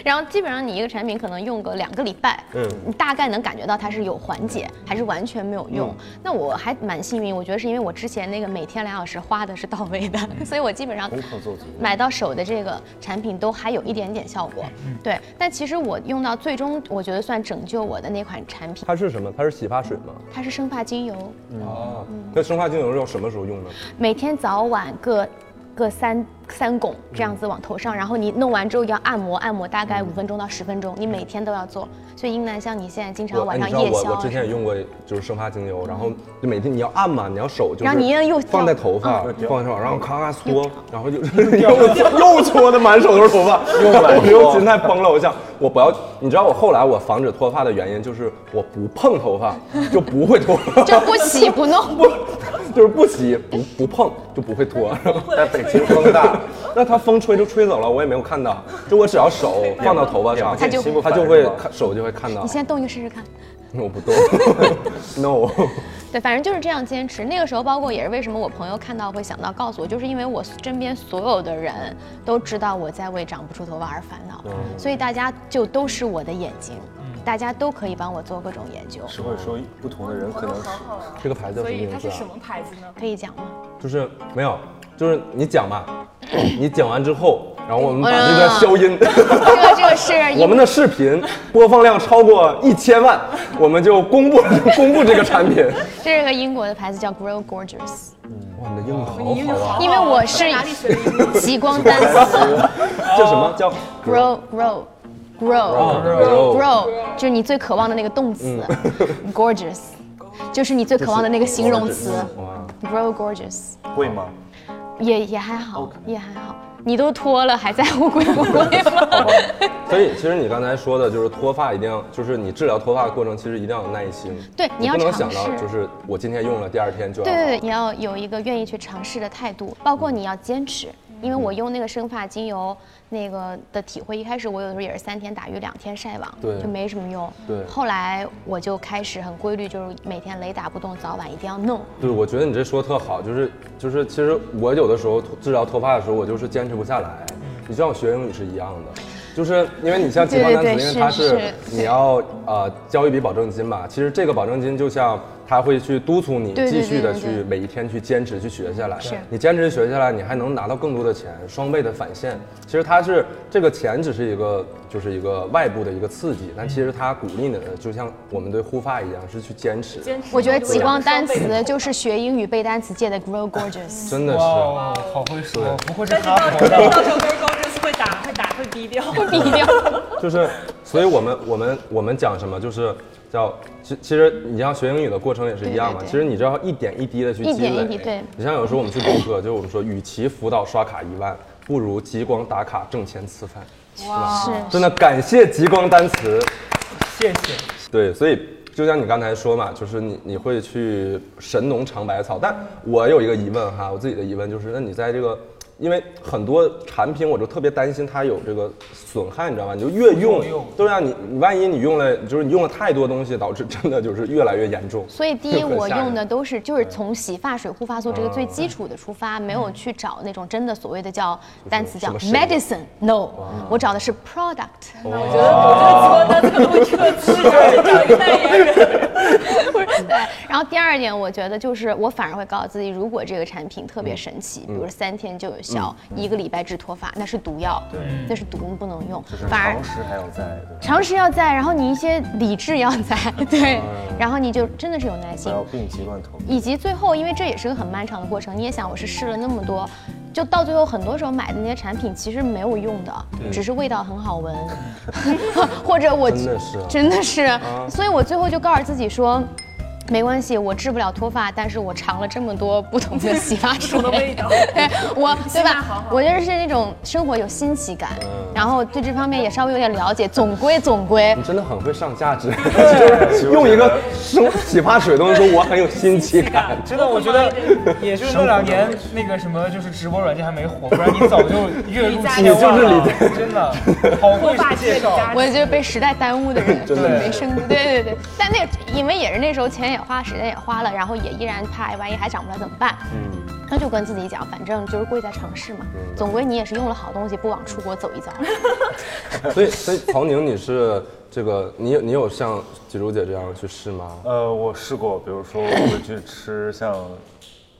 Speaker 8: 然后基本上你一个产品可能用个两个礼拜，
Speaker 4: 嗯
Speaker 8: 你大概能感觉到它是有缓解，还是完全没有用。那我还蛮幸运，我觉得是因为我之前那个每天两小时花的是到位的， 所以我基本上
Speaker 7: 功课做足。
Speaker 8: 买到手的这个产品都还有一点点效果。对，但其实我用到最终，我觉得算拯救我的那款产品，
Speaker 4: 它是什么？它是洗发水吗？
Speaker 8: 它是生发精油，
Speaker 4: 啊，
Speaker 7: 哦
Speaker 4: 那生发精油是要什么时候用呢？
Speaker 8: 每天早晚各。各三三拱
Speaker 4: 嗯
Speaker 8: 这样子往头上，然后你弄完之后要按摩，按摩大概五分钟到十分钟，你每天都要做。所以英楠像你现在经常
Speaker 4: 我哎，
Speaker 8: 晚
Speaker 4: 你
Speaker 8: 上
Speaker 4: 知道
Speaker 8: 夜
Speaker 4: 我
Speaker 8: 宵
Speaker 4: 我
Speaker 8: 啊
Speaker 4: 之前也用过，就是生发精油，然后就每天你要按嘛，你要手就是，
Speaker 8: 然后你又又
Speaker 4: 放在头发，
Speaker 7: 掉
Speaker 4: 放在手，然后咔咔搓，然后就又又搓的满手都是头发，
Speaker 7: 又 满
Speaker 4: 我又
Speaker 7: 搓
Speaker 4: 心态崩了，我想我不要，你知道我后来我防止脱发的原因就是我不碰头发就不会脱，
Speaker 8: 就不洗不弄。
Speaker 4: 不就是不洗不不碰就不会脱。
Speaker 7: 但北京风大，
Speaker 4: 那它风吹就吹走了，我也没有看到。就我只要手放到头发上，
Speaker 7: 它就
Speaker 4: 它就会看手就会看到
Speaker 8: 你。现在动一个试试看。
Speaker 4: 我不动 ，no。
Speaker 8: 对，反正就是这样坚持。那个时候，包括也是为什么我朋友看到会想到告诉我，就是因为我身边所有的人都知道我在为长不出头发而烦恼，
Speaker 4: 嗯
Speaker 8: 所以大家就都是我的眼睛，大家都可以帮我做各种研究。
Speaker 7: 是会说不同的人可能是
Speaker 4: 这个牌子叫
Speaker 9: 所
Speaker 4: 什么
Speaker 9: 以
Speaker 4: 名
Speaker 9: 它
Speaker 4: 字
Speaker 9: 是
Speaker 4: 啊
Speaker 9: 什？么牌子呢？
Speaker 8: 可以讲吗？
Speaker 4: 就是没有，就是你讲吧，你讲完之后，然后我们把这
Speaker 8: 嗯
Speaker 4: 段消音。
Speaker 8: 这个这个是
Speaker 4: 我们的视频播放量超过一千万，我们就公布公布这个产品。
Speaker 8: 这是个英国的牌子叫 Grow Gorgeous，
Speaker 4: 哇，你的英语好好啊！
Speaker 8: 因为我是极光 单词
Speaker 4: 叫什么叫
Speaker 8: Grow Grow Grow
Speaker 4: Grow
Speaker 8: grow 就是你最渴望的那个动词、g
Speaker 4: 嗯
Speaker 8: o r g e o u s 就是你最渴望的那个形容词
Speaker 4: 哇，
Speaker 8: grow gorgeous，
Speaker 7: 贵吗？
Speaker 8: 也也还好也还好。你都脱了，还在乎贵不贵
Speaker 4: 哦
Speaker 8: 吗？
Speaker 4: 所以，其实你刚才说的就是脱发，一定要就是你治疗脱发的过程，其实一定要有耐心。
Speaker 8: 对你要
Speaker 4: 不能
Speaker 8: 尝
Speaker 4: 想
Speaker 8: 试
Speaker 4: 到就是我今天用了，第二天就要
Speaker 8: 对对对，
Speaker 4: 好
Speaker 8: 你要有一个愿意去尝试的态度，包括你要坚持。
Speaker 4: 嗯
Speaker 8: 因为我用那个生发精油那个的体会，一开始我有的时候也是三天打鱼两天晒网，
Speaker 4: 对
Speaker 8: 就没什么用。
Speaker 4: 对
Speaker 8: 后来我就开始很规律，就是每天雷打不动，早晚一定 要弄。
Speaker 4: 对，我觉得你这说得特好，就是就是，其实我有的时候脱治疗脱发的时候，我就是坚持不下来。
Speaker 8: 嗯
Speaker 4: 你就像我学英语是一样的，就是因为你像极光
Speaker 8: 对
Speaker 4: 单
Speaker 8: 对
Speaker 4: 词，
Speaker 8: 对
Speaker 4: 因为它
Speaker 8: 是
Speaker 4: 是
Speaker 8: 是
Speaker 4: 你要呃交一笔保证金吧，其实这个保证金就像它会去督促你
Speaker 8: 对对
Speaker 4: 继续的
Speaker 8: 对对
Speaker 4: 去
Speaker 8: 对
Speaker 4: 每一天去坚持去学下来。
Speaker 8: 是
Speaker 4: 你坚持学下来，你还能拿到更多的钱，双倍的返现。其实它是这个钱只是一个就是一个外部的一个刺激，但其实它鼓励你的，就像我们对护发一样，是去坚持。
Speaker 9: 坚持
Speaker 8: 我觉得极光单
Speaker 9: 双倍的
Speaker 8: 词就是学英语背单词界的 grow gorgeous。
Speaker 4: 真的是。
Speaker 5: 哇哦，好会说，不愧是
Speaker 9: 但是到
Speaker 5: 哈佛
Speaker 9: 时候
Speaker 5: 的。
Speaker 9: 到时候跟高知会打会打会低 调，会
Speaker 8: 低调。
Speaker 4: 就是，所以我们我们我们讲什么，就是叫其其实你像学英语的过程也是一样嘛。
Speaker 8: 对对对
Speaker 4: 其实你知道一点一滴的去积累。
Speaker 8: 一点一滴对
Speaker 4: 你像有时候我们去播客，就是我们说，与其辅导刷卡一万，不如极光打卡挣钱吃饭。
Speaker 8: 是
Speaker 4: 真的感谢极光单词。
Speaker 5: 谢谢。
Speaker 4: 对，所以就像你刚才说嘛，就是你你会去神农尝百草，但我有一个疑问哈，我自己的疑问就是，那你在这个，因为很多产品我就特别担心它有这个损害，你知道吗？你就越用
Speaker 5: 越用，
Speaker 4: 对啊，你你万一你用了，就是你用了太多东西，导致真的就是越来越严重。
Speaker 8: 所以第一，
Speaker 4: 就很
Speaker 8: 我
Speaker 4: 吓人
Speaker 8: 用的都是就是从洗发水、护发素这个最基础的出发，没有去找那种真的所谓的叫单词叫
Speaker 4: 嗯什么
Speaker 8: medicine，no，我找的是 product。
Speaker 9: 我觉得我觉得极光单词可能会撤资，找一个代言人。
Speaker 8: 对，然后第二点，我觉得就是我反而会告诉自己，如果这个产品特别神奇，比如说三天就有效，一个礼拜治脱发，那是毒药，那是毒，你不能用
Speaker 7: 就是。
Speaker 8: 反而
Speaker 7: 常识还有在，对吧
Speaker 8: 常识要在，然后你一些理智要在，对，然后你就真的是有耐
Speaker 7: 不
Speaker 8: 心。
Speaker 7: 要病急乱投医。
Speaker 8: 以及最后，因为这也是个很漫长的过程，你也想，我是试了那么多，就到最后，很多时候买的那些产品其实没有用的，只是味道很 好闻，或者我
Speaker 4: 真的是啊啊
Speaker 8: 真的是所以我最后就告诉自己说。没关系，我治不了脱发，但是我尝了这么多不同的洗发水，
Speaker 3: 不同的味道
Speaker 8: 对 我对
Speaker 3: 起码
Speaker 8: 吧？
Speaker 3: 好好
Speaker 8: 我就是那种生活有新奇感，
Speaker 4: 嗯
Speaker 8: 然后对这方面也稍微有点了解，总归总归
Speaker 4: 你，真的很会上价值， 就是用一个生洗发水都能说我很有新奇感。
Speaker 5: 真的，我觉得也就是那两年那个什么，就是直播软件还没火，不然你早就月入千万了。
Speaker 4: 你就是
Speaker 5: 真的，好会介绍。
Speaker 8: 我就是被时代耽误 的人，
Speaker 4: 真的
Speaker 8: 没生。对对对，但那因为也是那时候钱也花，时间也花了，然后也依然怕哎万一还长不了怎么办？
Speaker 4: 嗯，
Speaker 8: 那就跟自己讲，反正就是贵在尝试嘛，总归你也是用了好东西，不往出国走 一遭。
Speaker 4: 所以所以曹宁，你是这个，你有你有像吉如姐这样去试吗？
Speaker 7: 呃，我试过，比如说我会去吃像，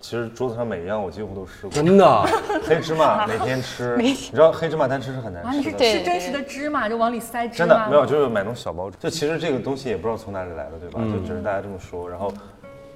Speaker 7: 其实桌子上每一样我几乎都试 过。
Speaker 4: 真的，
Speaker 7: 黑芝麻每天吃，你知道黑芝麻单吃是很难
Speaker 3: 啊，你
Speaker 7: 吃
Speaker 3: 是
Speaker 7: 的。
Speaker 8: 对
Speaker 3: 吃真实的芝麻，就往里塞芝
Speaker 7: 真
Speaker 3: 麻
Speaker 7: 的没有，就是买那种小包装。就其实这个东西也不知道从哪里来的，对
Speaker 4: 嗯
Speaker 7: 吧？就只是大家这么说，然后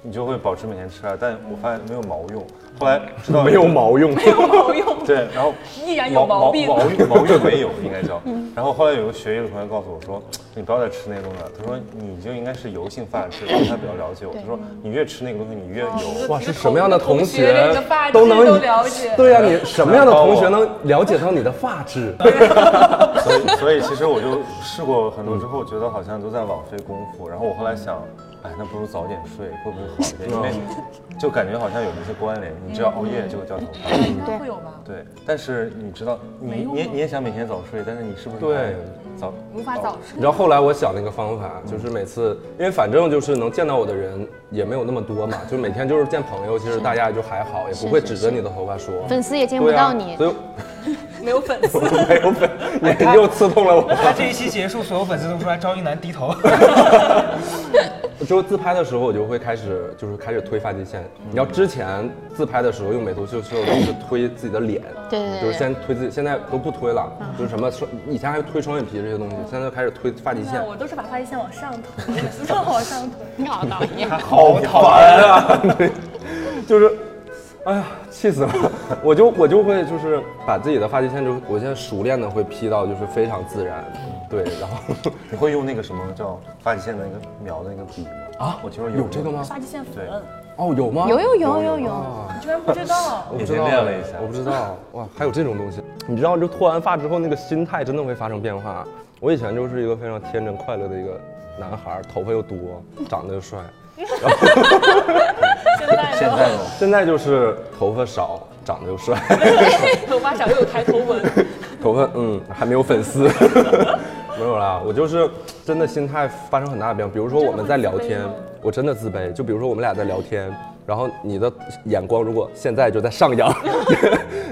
Speaker 7: 你就会保持每天吃啊。但我发现没有毛用，后来知 道
Speaker 4: 没有。毛用，
Speaker 3: 毛用，
Speaker 7: 对，然后
Speaker 3: 依然有毛
Speaker 7: 毛
Speaker 3: 病嗯
Speaker 7: 毛毛用毛用没有应该 叫。然后后来有个学医的朋友告诉我说，你不要再吃那个东西了。他说你就应该是油性发 质，因为他比较了解我。他说你越吃那个东西，你越油。
Speaker 4: 哇，是什么样的同学
Speaker 3: 连个发质
Speaker 4: 都能
Speaker 3: 都了解
Speaker 4: 对呀、你什么样的同学
Speaker 7: 难怪
Speaker 4: 能了解到你的发质？
Speaker 7: 所以， 所以其实我就试过很多之后，觉得好像都在枉费功夫。然后我后来想，哎，那不如早点睡，会不会好一点？因为
Speaker 4: 啊
Speaker 7: 就感觉好像有一些关联，你只要熬夜就会掉头发。
Speaker 3: 应该会有吧？
Speaker 7: 对，但是你知道，你你也你也想每天早睡，但是你是不是
Speaker 4: 对
Speaker 7: 哎早哦
Speaker 3: 无法早睡。
Speaker 4: 你知道后来我想了一个方法，就是每次，因为反正就是能见到我的人也没有那么多嘛，就每天就是见朋友，其实大家也就还好，也不会指着你的头发说。
Speaker 8: 粉丝也见不
Speaker 4: 对啊
Speaker 8: 到你，
Speaker 4: 所以
Speaker 3: 没有粉丝，
Speaker 4: 没有粉，你又刺痛了我。
Speaker 5: 他这一期结束，所有粉丝都说来张一楠低头。
Speaker 4: 就自拍的时候，我就会开始就是开始推发际线。
Speaker 8: 嗯
Speaker 4: 你要之前自拍的时候用美图秀秀都是推自己的脸，
Speaker 8: 对对对嗯
Speaker 4: 就是先推自己，现在都不推了，就是什么双以前还推双眼皮这些东西，现在就开始推发际线
Speaker 9: 啊
Speaker 3: 那。
Speaker 8: 嗯
Speaker 3: 我都是把发际线往上推， 粉丝都往上推。
Speaker 8: 你好啊导 演。
Speaker 4: 好烦啊！对，就是，哎呀，气死了！ 我就我就会就是把自己的发际线就我现在熟练的会 P 到就是非常自然，对，然后
Speaker 8: 嗯
Speaker 7: 你会用那个什么叫发际线的那个描的那个笔吗？啊，我听说有
Speaker 4: 有这个吗？
Speaker 3: 发际线粉，
Speaker 7: 对
Speaker 4: 哦，有吗？
Speaker 8: 有有有有有，
Speaker 3: 你居然不知 道？
Speaker 4: 我
Speaker 7: 已
Speaker 4: 不
Speaker 7: 经
Speaker 4: 知道
Speaker 7: 练了一下
Speaker 4: 我不知道哇，还有这种东西。你知道，就脱完发之后，那个心态真的会发生变化。我以前就是一个非常天真快乐的一个男孩儿，头发又多，长得又帅。
Speaker 3: 现在
Speaker 7: 现在 呢？
Speaker 4: 现在就是头发少，长得又帅。
Speaker 3: 呢？头发少又有抬头 纹，
Speaker 4: 头发，嗯，还没有粉丝， 没有啦。我就是真的心态发生很大的变化。比如说我们在聊天，我真的自卑。就比如说我们俩在聊天，然后你的眼光如果现在就在上扬，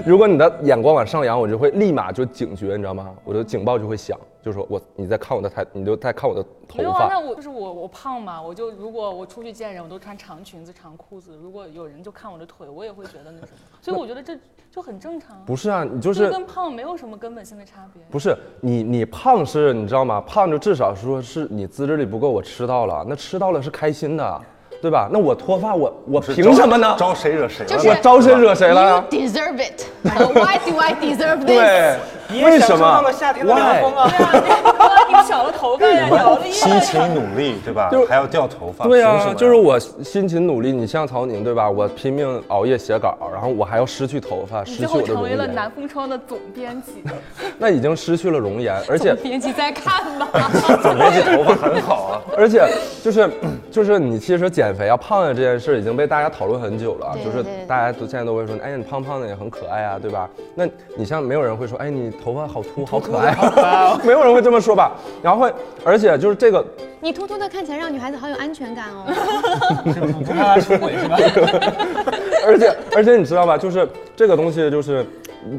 Speaker 4: 如果你的眼光往上扬，我就会立马就警觉，你知道吗？我的警报就会响，就说我你在看我的抬，你就在看我的头
Speaker 3: 没有啊？那
Speaker 4: 发。
Speaker 3: 我就是我，我胖嘛，我就如果我出去见人，我都穿长裙子、长裤子。如果有人就看我的腿，我也会觉得那 什么，所以我觉得这就很正常啊。
Speaker 4: 不是啊，你就
Speaker 3: 这
Speaker 4: 是
Speaker 3: 跟胖没有什么根本性的差 别。
Speaker 4: 不是你，你胖是，你知道吗？胖就至少说是你自制力不够，我吃到了，那吃到了是开心的，对吧？那我脱发，我我凭什么呢？
Speaker 7: 招谁惹谁了？
Speaker 8: 就是
Speaker 4: 我招谁惹谁了呀？
Speaker 8: You deserve it. Why do I deserve this?
Speaker 4: 对，为什
Speaker 5: 享受到
Speaker 4: 么
Speaker 5: 了夏天的凉风啊！
Speaker 3: 哇你们少了头发呀，聊了一
Speaker 7: 辛
Speaker 3: 夜。
Speaker 7: 勤努力，对吧
Speaker 4: 就？
Speaker 7: 还要掉头发，
Speaker 4: 对
Speaker 7: 凭什
Speaker 4: 啊
Speaker 7: 么，
Speaker 4: 就是我辛勤努力，你像曹宁对吧？我拼命熬夜写稿，然后我还要失去头发，
Speaker 3: 你最
Speaker 4: 失去
Speaker 3: 后
Speaker 4: 我的
Speaker 3: 成
Speaker 4: 容
Speaker 3: 为了南
Speaker 4: 颜，
Speaker 3: 风窗的总编辑，
Speaker 4: 那已经失去了容颜，而且
Speaker 8: 编辑在 看吧。
Speaker 7: 编辑头发很好啊。
Speaker 4: 而且就是就是你其实减肥啊胖的这件事已经被大家讨论很久了，
Speaker 8: 对
Speaker 4: 就是
Speaker 8: 对对
Speaker 4: 大家都现在都会说，哎，你胖胖的也很可爱啊，对吧？那你像没有人会说，哎，你头发好秃，好可爱 啊，没有人会这么说吧？然后会，而且就是这个
Speaker 8: 你偷偷的看起来让女孩子好有安全感哦。
Speaker 5: 是不不怕他出轨是吧？
Speaker 4: 而且而且你知道吧，就是这个东西就是。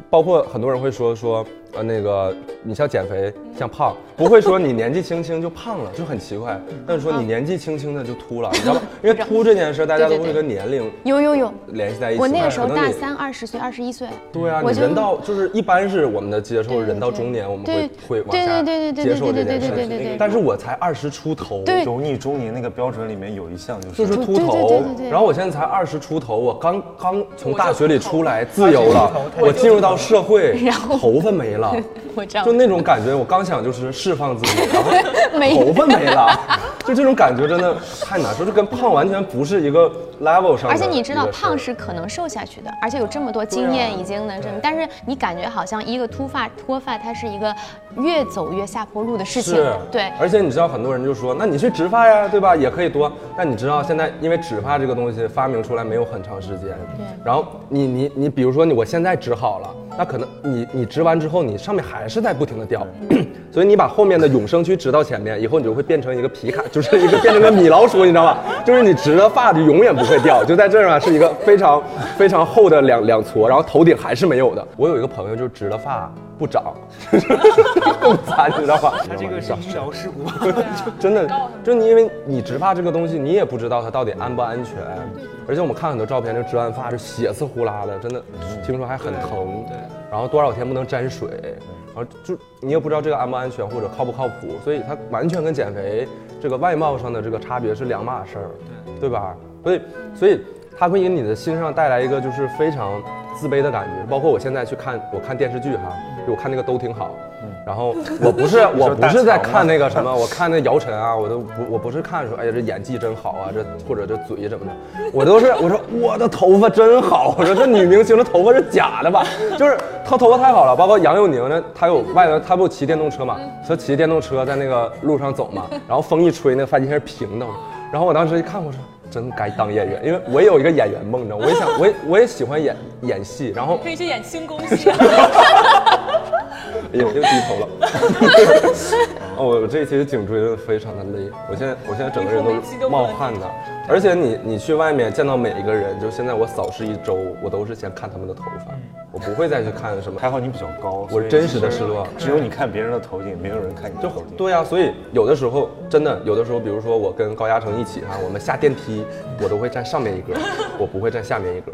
Speaker 4: 包括很多人会说说，呃，那个你像减肥
Speaker 8: 嗯
Speaker 4: 像胖，不会说你年纪轻轻就胖了，就很奇怪。
Speaker 8: 嗯
Speaker 4: 但是说你年纪轻轻的就秃 了，你知道吗？因为秃这件事，大家都
Speaker 8: 对
Speaker 4: 会
Speaker 8: 对对
Speaker 4: 跟年龄
Speaker 8: 有有有，
Speaker 4: 联系在一起嘛。
Speaker 8: 我那个时候
Speaker 4: 可能
Speaker 8: 大
Speaker 4: 你
Speaker 8: 三，二十岁，二十一岁。
Speaker 4: 对啊，
Speaker 8: 我
Speaker 4: 你
Speaker 8: 就
Speaker 4: 人到就是一般是我们的接受，
Speaker 8: 对对
Speaker 4: 人到中年我们会
Speaker 8: 对
Speaker 4: 会往下
Speaker 8: 对对对对
Speaker 4: 接受这件
Speaker 8: 对对对对对
Speaker 4: 事
Speaker 8: 对，
Speaker 4: 但是我才二十出头，
Speaker 8: 对
Speaker 7: 油腻中年那个标准里面有一项就是，
Speaker 4: 就是秃
Speaker 8: 对对
Speaker 4: 头
Speaker 8: 对对对，对
Speaker 4: 然后我现在才二十出头，我刚刚从大学里出来自由
Speaker 5: 头
Speaker 4: 了，
Speaker 5: 头
Speaker 4: 我进入到社会，
Speaker 8: 然后
Speaker 4: 头发没 了，
Speaker 8: 我这样
Speaker 4: 就那种感觉。我刚想就是释放自己，然后
Speaker 8: 没
Speaker 4: 头发没了，就这种感觉真的太难受，就跟胖完全不是一个 level 上的一个事儿。啊
Speaker 8: 而且你知道，胖是可能瘦下去的，而且有这么多经验已经能证明。但是你感觉好像一个脱发脱发，它是一个越走越下坡路的事情
Speaker 4: 是，。
Speaker 8: 对。
Speaker 4: 而且你知道，很多人就说，那你去植发呀，对吧？也可以多。但你知道，现在因为植发这个东西发明出来没有很长时间，
Speaker 8: 对
Speaker 4: 然后你你你，比如说你我现在植好了，那可能你你植完之后，你上面还是在不停的掉， 所以你把后面的永生区植到前面，以后你就会变成一个皮卡，就是一个变成个米老鼠，你知道吧？ 就是你植了发就永远不会掉，就在这儿啊，是一个非常 非常厚的两两撮，然后头顶还是没有的。我有一个朋友就植了发不长， 更惨，你知道吧？
Speaker 5: 他这个是医疗事故。
Speaker 4: 就 真的，就你因为你植发这个东西，你也不知道它到底安不安全。而且我们看很多照片，就植完发就血丝呼啦的，真的，听说还很疼。对。然后多少天不能沾水，然后就你也不知道这个安不安全或者靠不靠谱，所以它完全跟减肥这个外貌上的这个差别是两码事儿，对对吧？所以，所以它会给你的心上带来一个就是非常自卑的感觉。包括我现在去看，我看电视剧哈，就我看那个都挺好。然 后我不是我不是在看那个什么，我看那姚晨啊，我都不我不是看说，哎呀这演技真好啊，这或者这嘴什么的，我都是我说我的头发真好，我说这女明星的头发是假的吧？就是她头发太好了，包括杨佑宁呢，她有外头她不骑电动车嘛，她骑电动车在那个路上走嘛，然后风一吹，那个发际线是平的嘛，然后我当时一看我说。真该当演员，因为我也有一个演员梦，你知道吗，我也想，我也我也喜欢演演戏，然后
Speaker 3: 可以去演轻功 戏啊，
Speaker 4: 哎呦，又低头了。哦，我这一期的颈椎真的非常的累，我现在我现在整个人都冒汗呢。而且你你去外面见到每一个人，就现在我扫视一周，我都是先看他们的头发，我不会再去看什么。
Speaker 7: 还好你比较高，
Speaker 4: 我
Speaker 7: 所以
Speaker 4: 真实的
Speaker 7: 其实
Speaker 4: 失落
Speaker 7: 只有你看别人的头顶，没有人看你的头顶。
Speaker 4: 对呀、所以有的时候真的，有的时候，比如说我跟高嘉诚一起哈、我们下电梯，我都会站上面一格，我不会站下面一格，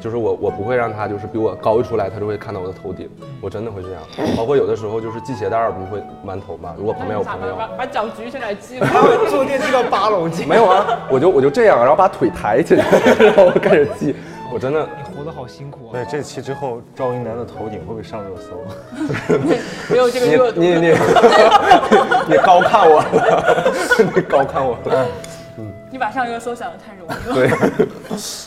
Speaker 4: 就是我我不会让他就是比我高一出来，他就会看到我的头顶，我真的会这样。包括有的时候就是系鞋带儿不会弯头嘛，如果旁边有
Speaker 3: 把
Speaker 4: 朋 友，
Speaker 3: 把把脚举起来击吧。
Speaker 5: 坐电梯到八楼进，
Speaker 4: 没有啊，我就我就这样，然后把腿抬起来， 然后开始系。我真的，
Speaker 5: 活得好辛苦啊！
Speaker 7: 对，这期之后，赵英男的头顶会不会上热搜？
Speaker 3: 没有这个热度。
Speaker 4: 你你你高看我了， 你高看我
Speaker 8: 嗯
Speaker 4: 了。
Speaker 3: 你把上热搜想的太容易了。
Speaker 4: 对，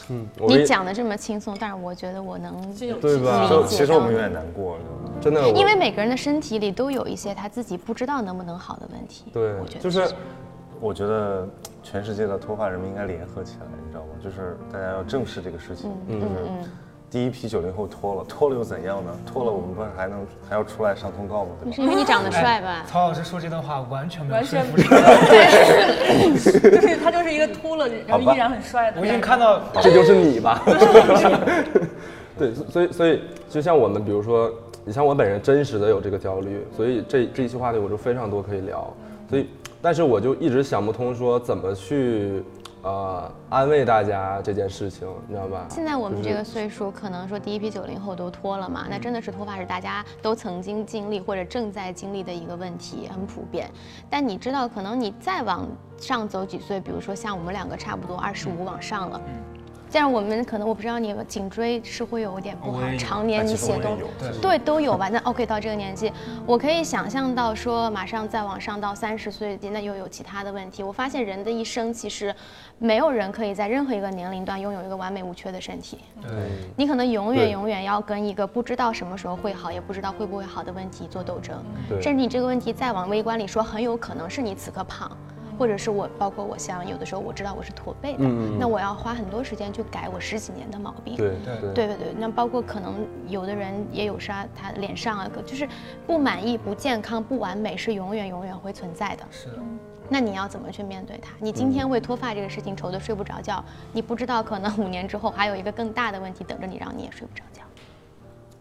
Speaker 4: 嗯，我
Speaker 8: 你
Speaker 4: 跟
Speaker 8: 讲的这么轻松，但是我觉得我能，
Speaker 3: 这种
Speaker 4: 对吧？
Speaker 8: 理解
Speaker 7: 其实我们有点难过，
Speaker 4: 真的，我
Speaker 8: 因为每个人的身体里都有一些他自己不知道能不能好的问题。
Speaker 4: 对
Speaker 8: 我觉，得
Speaker 4: 就是
Speaker 7: 我觉得全世界的脱发人们应该联合起来，你知道吗？就是大家要正视这个事情。嗯嗯。第一批九零后脱了，脱了又怎样呢？脱了我们不是还能还要出来上通告吗？对
Speaker 8: 你
Speaker 7: 吧？
Speaker 8: 是因为你长得
Speaker 4: 哎
Speaker 8: 帅吧？
Speaker 5: 曹老师说这段话完全没有
Speaker 3: 完
Speaker 5: 说
Speaker 3: 全
Speaker 5: 服
Speaker 3: 不
Speaker 5: 力
Speaker 3: 是，。对，就是 他就是一个秃了，然后依然很帅的。
Speaker 5: 我已经看到
Speaker 4: 这就是你 吧？对，所以所以就像我们，比如说，你像我本人真实的有这个焦虑，所以这这一期话题我就非常多可以聊，所以但是我就一直想不通说怎么去呃安慰大家这件事情，你知道吧？
Speaker 8: 现在我们这个岁数，可能说第一批九零后都脱了嘛，
Speaker 7: 嗯
Speaker 8: 那真的是脱发是大家都曾经经历或者正在经历的一个问题，很普遍。但你知道，可能你再往上走几岁，比如说像我们两个差不多
Speaker 7: 嗯
Speaker 8: 二十五往上了。这样我们可能我不知道你颈椎是会有一点不好
Speaker 5: 我也，有
Speaker 8: 常年你
Speaker 7: 其实
Speaker 8: 写
Speaker 7: 我
Speaker 8: 东
Speaker 7: 也有
Speaker 5: 对
Speaker 8: 对，都有吧。那 OK，到这个年纪，我可以想象到说，马上再往上到三十岁，那又有其他的问题。我发现人的一生其实，没有人可以在任何一个年龄段拥有一个完美无缺的身体。
Speaker 4: 对，
Speaker 8: 你可能永
Speaker 4: 对
Speaker 8: 远永远要跟一个不知道什么时候会好，也不知道会不会好的问题做斗争，
Speaker 4: 对
Speaker 8: 甚至你这个问题再往微观里说，很有可能是你此刻胖。或者是我，包括我像有的时候我知道我是驼背
Speaker 4: 嗯
Speaker 8: 的，那我要花很多时间去改我十几年的毛病。
Speaker 4: 对
Speaker 5: 对
Speaker 8: 对对对，那包括可能有的人也有啥，他脸上啊，就是不满意、不健康、不完美是永远永远会存在的。
Speaker 5: 是的，
Speaker 8: 那你要怎么去面对它？你今天为脱发这个事情愁得睡不着觉，你不知道可能五年之后还有一个更大的问题等着你，让你也睡不着觉。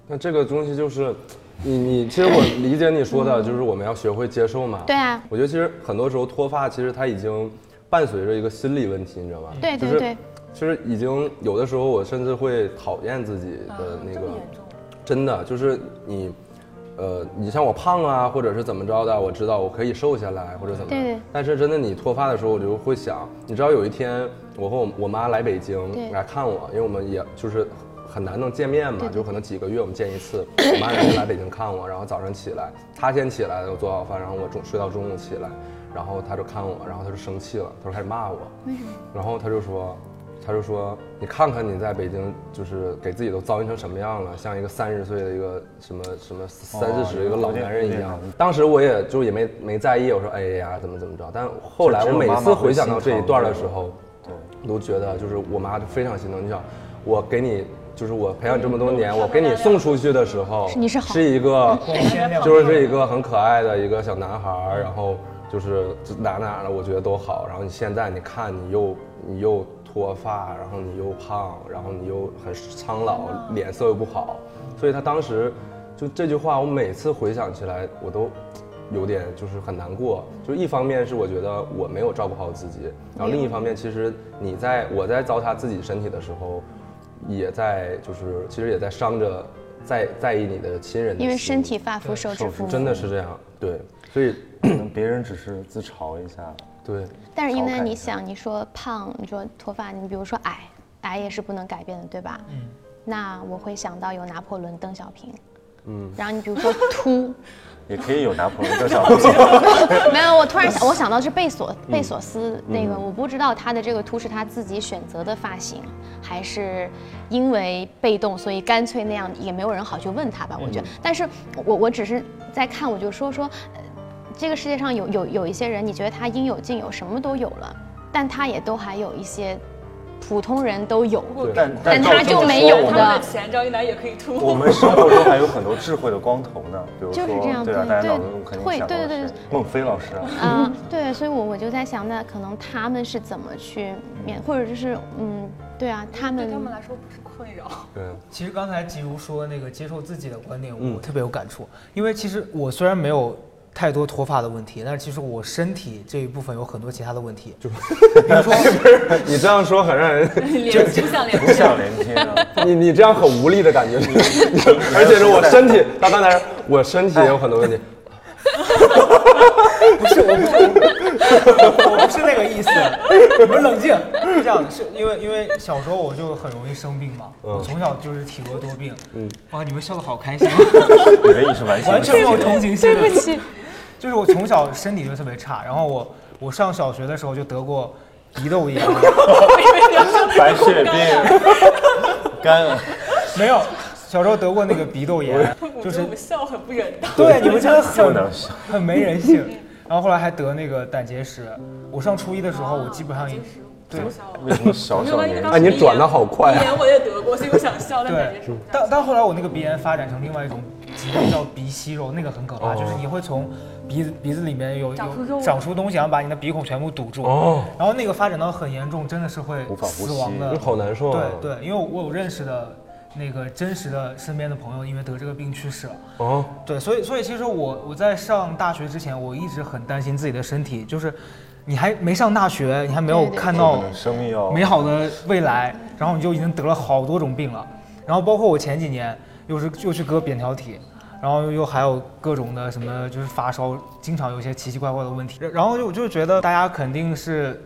Speaker 4: 那这个东西就是，你你其实我理解你说的，就是我们要学会接受嘛。
Speaker 8: 对啊
Speaker 4: 我觉得其实很多时候脱发，其实它已经伴随着一个心理问题，你知道吧？
Speaker 8: 对
Speaker 4: 就
Speaker 8: 对
Speaker 4: 是
Speaker 8: 对，
Speaker 4: 其实已经有的时候，我甚至会讨厌自己
Speaker 8: 啊
Speaker 4: 的那个，真的就是你，呃，你像我胖啊，或者是怎么着的，我知道我可以瘦下来或者怎么着
Speaker 8: 对对
Speaker 4: 但是真的你脱发的时候，我就会想，你知道有一天我和我我妈来北京
Speaker 8: 对
Speaker 4: 来看我，因为我们也就是。很难能见面嘛，就可能几个月我们见一次。我妈也是来北京看我，然后早上起来，她先起来，我做好饭，然后我中睡到中午起来，然后她就看我，然后她就生气了，她就开始骂我。
Speaker 8: 为什么？
Speaker 4: 然后她就说，她就说你看看你在北京就是给自己都糟践成什么样了，像一个三十岁的一个什么什么三四十的一个老男人一样。当时我也就也没没在意，我说哎呀怎么怎么着，但后来我每次回想到这一段的时候。都觉得就是我妈就非常心疼。你想，我给你就是我培养你这么多
Speaker 8: 嗯
Speaker 4: 年，我给你送出去的时候，
Speaker 8: 是你是好
Speaker 4: 一个
Speaker 5: 鲜亮，
Speaker 4: 就是是一个很可爱的一个小男孩儿，然后就是哪哪的我觉得都好。然后你现在你看你又你又脱发，然后你又胖，然后你又很苍老，脸色又不好，所以他当时就这句话，我每次回想起来我都。有点就是很难过，就是一方面是我觉得我没有照顾好自己，然后另一方面其实你在我在糟蹋自己身体的时候，也在就是其实也在伤着在在意你的亲人的心，
Speaker 8: 因为身体发肤受之
Speaker 7: 受之
Speaker 8: 父母，
Speaker 4: 真的是这样，对，所以
Speaker 7: 可能别人只是自嘲一下，
Speaker 4: 对
Speaker 8: 但是因为
Speaker 7: 调侃一
Speaker 8: 你
Speaker 7: 下
Speaker 8: 想，你说胖，你说脱发，你比如说矮，矮也是不能改变的，对吧？嗯。那我会想到有拿破仑、邓小平。嗯。然后你比如说秃，
Speaker 7: 也可以有拿破仑的小朋 友
Speaker 8: 没有，我突然想，我想到是贝索贝索斯那个，我不知道他的这个秃是他自己选择的发型，还是因为被动，所以干脆那样也没有人好去问他吧，我觉得。但是我我只是在看，我就说说，呃这个世界上有有有一些人，你觉得他应有尽有，什么都有了，但他也都还有一些普通人都有，
Speaker 7: 但
Speaker 8: 但
Speaker 7: 照
Speaker 8: 他
Speaker 7: 这么
Speaker 8: 就
Speaker 7: 说
Speaker 8: 没有
Speaker 7: 我
Speaker 3: 他
Speaker 7: 们
Speaker 8: 的
Speaker 3: 们的钱张一楠也可以 秃。
Speaker 7: 我们生活中还有很多智慧的光头呢，比如
Speaker 8: 就
Speaker 7: 说
Speaker 8: 是这样
Speaker 7: 对啊，
Speaker 8: 对
Speaker 7: 大家
Speaker 8: 对
Speaker 7: 脑子中肯定
Speaker 8: 会
Speaker 7: 想到
Speaker 8: 对
Speaker 7: 的
Speaker 8: 对
Speaker 7: 是
Speaker 8: 对
Speaker 7: 孟非老师啊，
Speaker 8: 啊，对，所以我我就在想，那可能他们是怎么去面，或者就是嗯，对啊，他
Speaker 3: 对
Speaker 8: 们
Speaker 3: 他们来说不是困 扰，
Speaker 4: 对，
Speaker 5: 其实刚才吉如说那个接受自己的
Speaker 3: 嗯
Speaker 5: 观点，我特别有感触，因为其实我虽然没有太多脱发的问题，但是其实我身体这一部分有很多其他的问题，就比如说
Speaker 4: 你这样说很让人，
Speaker 3: 脸不像脸
Speaker 7: 浮想联翩啊，
Speaker 4: 你你这样很无力的感觉， 而且是我身体，他刚才说我身体也有很多问题，
Speaker 5: 我不哦是那 个意思，你们冷静。是这样的，是因为因为小时候我就很容易生病嘛，
Speaker 3: 嗯
Speaker 5: 我从小就是体弱多病。嗯，哇，你们笑得好开 心，啊
Speaker 7: 你的意识完全
Speaker 5: 完全没有同情心。
Speaker 3: 对不起，
Speaker 5: 就是我从小身体就特别差，然后我我上小学的时候就得过鼻窦 炎，
Speaker 7: 白血病，肝
Speaker 5: 没有，小时候得过那个鼻窦炎，
Speaker 3: 我觉
Speaker 5: 就
Speaker 3: 得
Speaker 5: 是
Speaker 3: 我们笑很不人道。啊
Speaker 5: 对你们真的
Speaker 7: 不
Speaker 5: 很
Speaker 7: 能笑。
Speaker 5: 很没人性。然后后来还得那个胆结石，我上初一的时候，我基本上已
Speaker 3: 哦
Speaker 5: 对
Speaker 7: 为什么小
Speaker 3: 没
Speaker 7: 小
Speaker 3: 关系
Speaker 7: 年
Speaker 3: 刚
Speaker 7: 纪
Speaker 4: 哎，你转的好快
Speaker 3: 一
Speaker 4: 啊！
Speaker 3: 年我也得过，所以我想笑，但感
Speaker 5: 对
Speaker 3: 觉是不，
Speaker 5: 但但后来我那个鼻炎发展成另外一种疾病，叫鼻息肉，那个很可怕，就是你会从鼻子鼻子里面有
Speaker 3: 长出
Speaker 5: 有
Speaker 3: 肉
Speaker 5: 长出东西，然后把你的鼻孔全部堵住。
Speaker 4: 哦，
Speaker 5: 然后那个发展到很严重，真的是会
Speaker 7: 无法呼
Speaker 5: 死亡
Speaker 7: 吸
Speaker 5: 的
Speaker 4: 你。好难受啊！
Speaker 5: 对对，因为我有认识的那个真实的身边的朋友，因为得这个病去世了。
Speaker 4: 哦，
Speaker 5: 对，所以所以其实我我在上大学之前，我一直很担心自己的身体，就是你还没上大学，你还没有
Speaker 8: 对对
Speaker 5: 看到
Speaker 7: 生命要
Speaker 5: 美好的未来，然后你就已经得了好多种病了，然后包括我前几年又是又去割扁桃体，然后又还有各种的什么就是发烧，经常有一些奇奇怪怪的问题，然后就我就觉得大家肯定是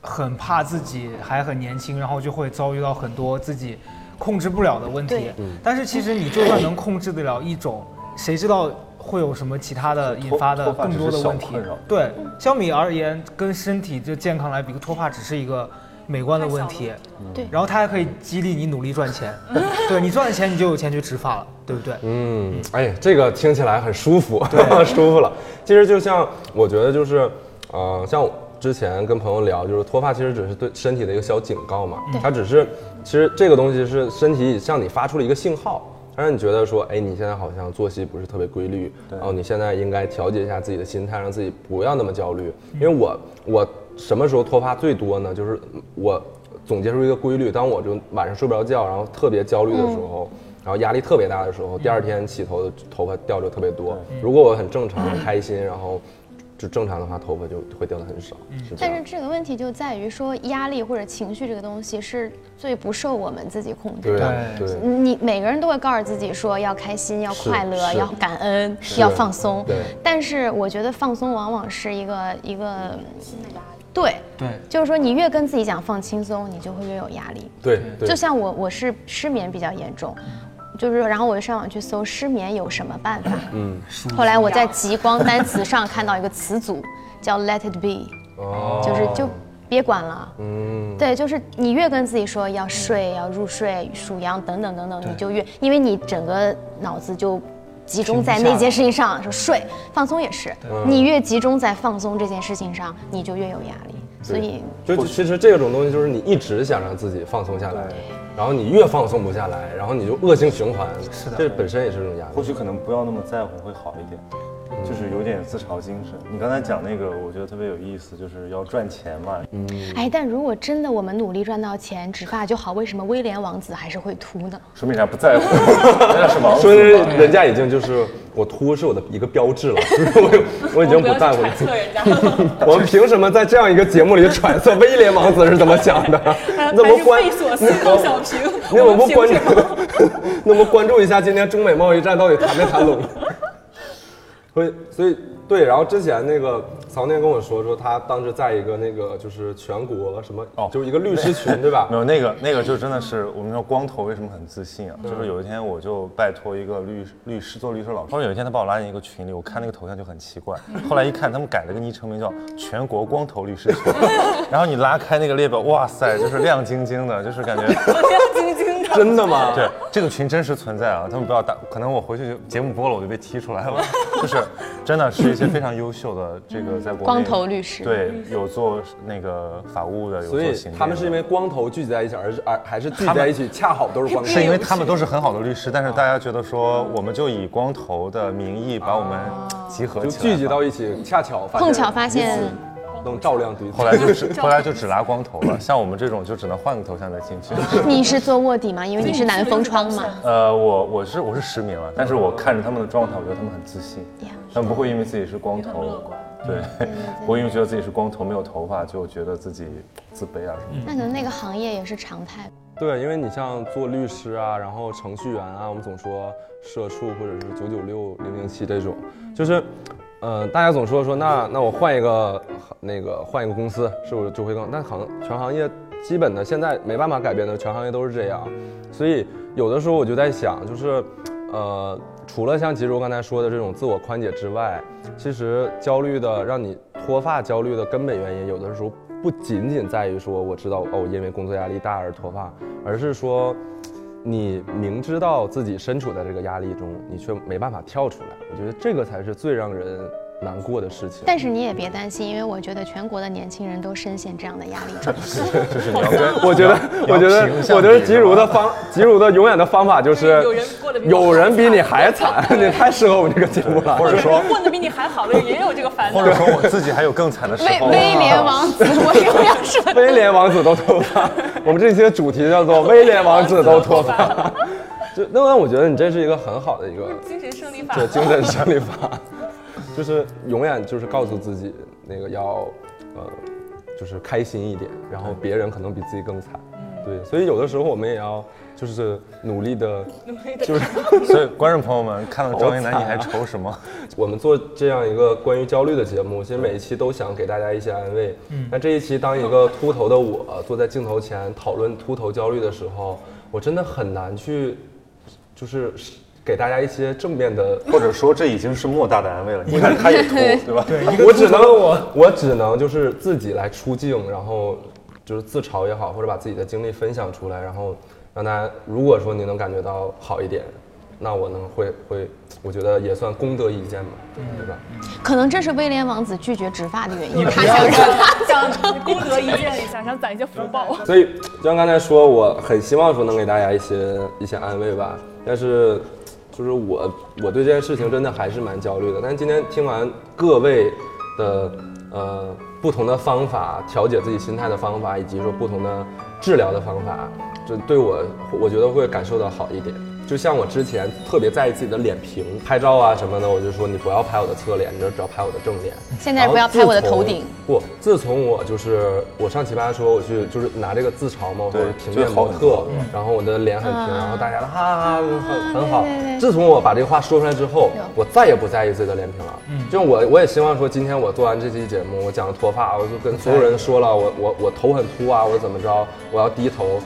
Speaker 5: 很怕自己还很年轻，然后就会遭遇到很多自己控制不了的问题
Speaker 8: 对，
Speaker 5: 嗯但是其实你就算能控制得了一种，谁知道会有什么其他的引发的
Speaker 7: 脱发只
Speaker 5: 更
Speaker 7: 是
Speaker 5: 多的问题
Speaker 7: 小困扰？
Speaker 5: 对，相比而言，跟身体这健康来比，脱发只是一个美观的问题。
Speaker 8: 对
Speaker 5: 然后它还可以激励你努力赚钱，对你赚了钱，你就有钱去植发了，对不对？
Speaker 4: 嗯，哎，这个听起来很舒服， 舒服了。其实就像我觉得就是，呃，像我之前跟朋友聊，就是脱发其实只是对身体的一个小警告嘛，它只是其实这个东西是身体向你发出了一个信号。它让你觉得说，哎，你现在好像作息不是特别规律，然后你现在应该调节一下自己的心态，让自己不要那么焦虑。因为我我什么时候脱发最多呢？就是我总结出一个规律，当我就晚上睡不着觉，然后特别焦虑的时候，
Speaker 8: 嗯
Speaker 4: 然后压力特别大的时候，第二天起头的头发掉就特别多。如果我很正常、很开心，然后就正常的话，头发就会掉的很少。是这
Speaker 8: 嗯但
Speaker 4: 样
Speaker 8: 是这个问题就在于说，压力或者情绪这个东西是最不受我们自己控制
Speaker 4: 对啊
Speaker 8: 的。
Speaker 4: 对对
Speaker 8: 你每个人都会告诉自己说要开心、要
Speaker 4: 是
Speaker 8: 快乐、
Speaker 4: 是
Speaker 8: 要感恩、要放松。
Speaker 4: 对
Speaker 8: 但是我觉得放松往往是一个一个新的压力。对，就是说你越跟自己讲放轻松，你就会越有压力。
Speaker 4: 对对，
Speaker 8: 就像我，我是失眠比较严重，就是然后我就上网去搜失眠有什么办法。
Speaker 4: 嗯
Speaker 8: 后来我在极光单词上看到一个词组叫 “Let it be”，
Speaker 4: 哦
Speaker 8: 就是就别管了。
Speaker 4: 嗯
Speaker 8: 对，就是你越跟自己说要睡、要入睡、数羊等等等等，
Speaker 5: 嗯对
Speaker 8: 你就越因为你整个脑子就集中在
Speaker 5: 停不下
Speaker 8: 那件
Speaker 5: 来
Speaker 8: 事情上，说睡放松也是，
Speaker 4: 嗯
Speaker 8: 你越集中在放松这件事情上，你就越有压力。所
Speaker 4: 对
Speaker 8: 以
Speaker 5: 嗯
Speaker 4: 就其实这种东西就是你一直想让自己放松下来，然后你越放松不下来，然后你就恶性循环。是
Speaker 5: 的
Speaker 4: 这本身也是一种压
Speaker 7: 或
Speaker 4: 力。
Speaker 7: 许可能不要那么在乎会好一点，就是有点自嘲精神。你刚才讲那个，我觉得特别有意思，就是要赚钱嘛。
Speaker 5: 嗯
Speaker 8: 哎，但如果真的我们努力赚到钱，植发就好，为什么威廉王子还是会秃 呢？
Speaker 7: 说明人家不在乎，人家是王
Speaker 4: 说明
Speaker 7: 子嘛。
Speaker 4: 人家已经就是我秃是我的一个标志了，就是我我已经
Speaker 3: 不
Speaker 4: 不
Speaker 3: 要
Speaker 4: 在乎
Speaker 3: 去
Speaker 4: 了
Speaker 3: 揣。测人家了，
Speaker 4: 我们凭什么在这样一个节目里揣测威廉王子是怎么想 的？你怎么关
Speaker 3: 呃还 是？费索斯邓小平，
Speaker 4: 你怎
Speaker 3: 我
Speaker 4: 么
Speaker 3: 们
Speaker 4: 不
Speaker 3: 凭
Speaker 4: 关注？
Speaker 3: 什么？
Speaker 4: 那么关注一下今天中美贸易战到底谈没谈拢？ 所以，所以对，然后之前那个曹念跟我说，说他当时在一个那个就是全国什么，
Speaker 7: 哦
Speaker 4: 就是一个律师群，对 吧
Speaker 7: 没？有那个那个就真的是我们说光头为什么很自信啊？
Speaker 4: 嗯
Speaker 7: 就是有一天我就拜托一个律律师做律师老师，然后有一天他把我拉进一个群里，我看那个头像就很奇怪，后来一看他们改了个昵称名叫“全国光头律师群”，然后你拉开那个列表，哇塞，就是亮晶晶的，就是感觉
Speaker 4: 真的吗？
Speaker 7: 对，这个群真实存在啊，他们不要打，可能我回去就节目播了我就被踢出来了。就是真的是一些非常优秀的这个在国内
Speaker 8: 光头律师
Speaker 7: 对，有做那个法务的，有
Speaker 4: 所
Speaker 7: 做
Speaker 4: 以
Speaker 7: 行政的。
Speaker 4: 他们是因为光头聚集在一起，而是而还是聚集在一起，恰好都是光头。
Speaker 7: 是因为他们都是嗯很好的律师，但是大家觉得说我们就以光头的名义把我们集合
Speaker 4: 就
Speaker 7: 起来，
Speaker 4: 聚集。到一起，恰巧发现
Speaker 8: 碰巧发现
Speaker 4: 彼此能照亮彼此。
Speaker 7: 后来就 只后来就只拉光头了，像我们这种就只能换个头像再进 去。
Speaker 8: 你是做卧底吗？因为你是南风窗嘛。
Speaker 7: 呃，我我是我是实名了，但是我看着他们的状态，我觉得他们很自信
Speaker 8: 呀，
Speaker 7: 他们不会因为自己是光头，对， 不会因为觉得自己是光头没有头发就觉得自己自卑啊什么的。
Speaker 8: 那可能那个行业也是常态。
Speaker 4: 对，因为你像做律师啊，然后程序员啊，我们总说社畜或者是九九六、零零七这种，就是，呃，大家总说说那那我换一个那个换一个公司，是不是就会更？但行全行业基本的现在没办法改变的，全行业都是这样。所以有的时候我就在想，就是，呃，除了像吉如刚才说的这种自我宽解之外，其实焦虑的让你脱发焦虑的根本原因，有的时候不仅仅在于说我知道哦，因为工作压力大而脱发，而是说你明知道自己身处在这个压力中，你却没办法跳出来。我觉得这个才是最让人难过的事情。
Speaker 8: 但是你也别担心，因为我觉得全国的年轻人都深陷这样的压力中。
Speaker 7: 就是你要跟
Speaker 4: 我觉得，我觉得
Speaker 7: 平，向
Speaker 4: 我觉得
Speaker 7: 比
Speaker 4: 吉如的方，吉如的永远的方法就是，
Speaker 3: 有 人过得比我
Speaker 4: 有人比你还 惨，你太适合我们这个节目了。
Speaker 7: 或者说
Speaker 3: 混得比你还好的人也有这个烦恼
Speaker 7: 或。者说我自己还有更惨的时
Speaker 8: 威
Speaker 7: 候。
Speaker 8: 威廉王子， 我又要说
Speaker 4: 威廉王子都脱发。我们这期的主题叫做“ 威廉王子都脱发”。就那那我觉得你这是一个很好的一个
Speaker 3: 精神胜利法，
Speaker 4: 对精神胜利法，就是永远就是告诉自己那个要呃就是开心一点，然后别人可能比自己更惨。对，所以有的时候我们也要就是努力的，就是
Speaker 7: 所以观众朋友们看到张一楠，
Speaker 4: 好
Speaker 7: 你
Speaker 4: 惨啊
Speaker 7: 还愁什么？
Speaker 4: 我们做这样一个关于焦虑的节目，其实每一期都想给大家一些安慰。嗯，但这一期当一个秃头的我呃坐在镜头前讨论秃头焦虑的时候，我真的很难去，就是给大家一些正面的。
Speaker 7: 或者说这已经是莫大的安 慰了。你看他也秃，对吧？对，
Speaker 4: 我只能我我只能就是自己来出镜，然后就是自嘲也好，或者把自己的经历分享出来，然后让大家如果说你能感觉到好一点，那我能会会，我觉得也算功德一件吧，对吧？
Speaker 8: 可能这是威廉王子拒绝植发的原因。他
Speaker 3: 想想想功德一件，想想攒一些福报。
Speaker 4: 所以就像刚才说，我很希望说能给大家一些一些安慰吧，但是就是我我对这件事情真的还是蛮焦虑的。但是今天听完各位的呃不同的方法调节自己心态的方法，以及说不同的治疗的方法，这对我我觉得会感受到好一点。就像我之前特别在意自己的脸平，拍照啊什么的，我就说你不要拍我的侧脸，你就只要拍我的正脸。
Speaker 8: 现在不要拍我的头顶
Speaker 4: 然后自从。不，自从我就是我上奇葩说，我去就是拿这个自嘲嘛，
Speaker 7: 对
Speaker 4: 我平面模
Speaker 7: 就好
Speaker 4: 特
Speaker 7: 很多，嗯
Speaker 4: 然后我的脸很平，然后大家都哈哈哈很很好
Speaker 8: 啊对对对。
Speaker 4: 自从我把这个话说出来之后，我再也不在意自己的脸平了。
Speaker 7: 嗯
Speaker 4: 就我我也希望说，今天我做完这期节目，我讲了脱发，我就跟所有人说了，我我我头很秃啊，我怎么着，我要低头。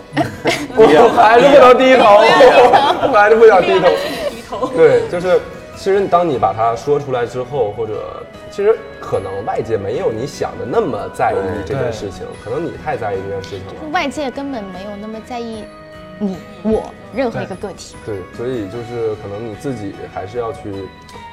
Speaker 4: 我还是不能低头， 我还是不想低头。
Speaker 3: 低头。
Speaker 4: 对，就是其实当你把它说出来之后，或者其实可能外界没有你想的那么在意这件事情，可能你太在意这件事情了。
Speaker 8: 外界根本没有那么在意你、我任何一个个体。
Speaker 4: 对，所以就是可能你自己还是要去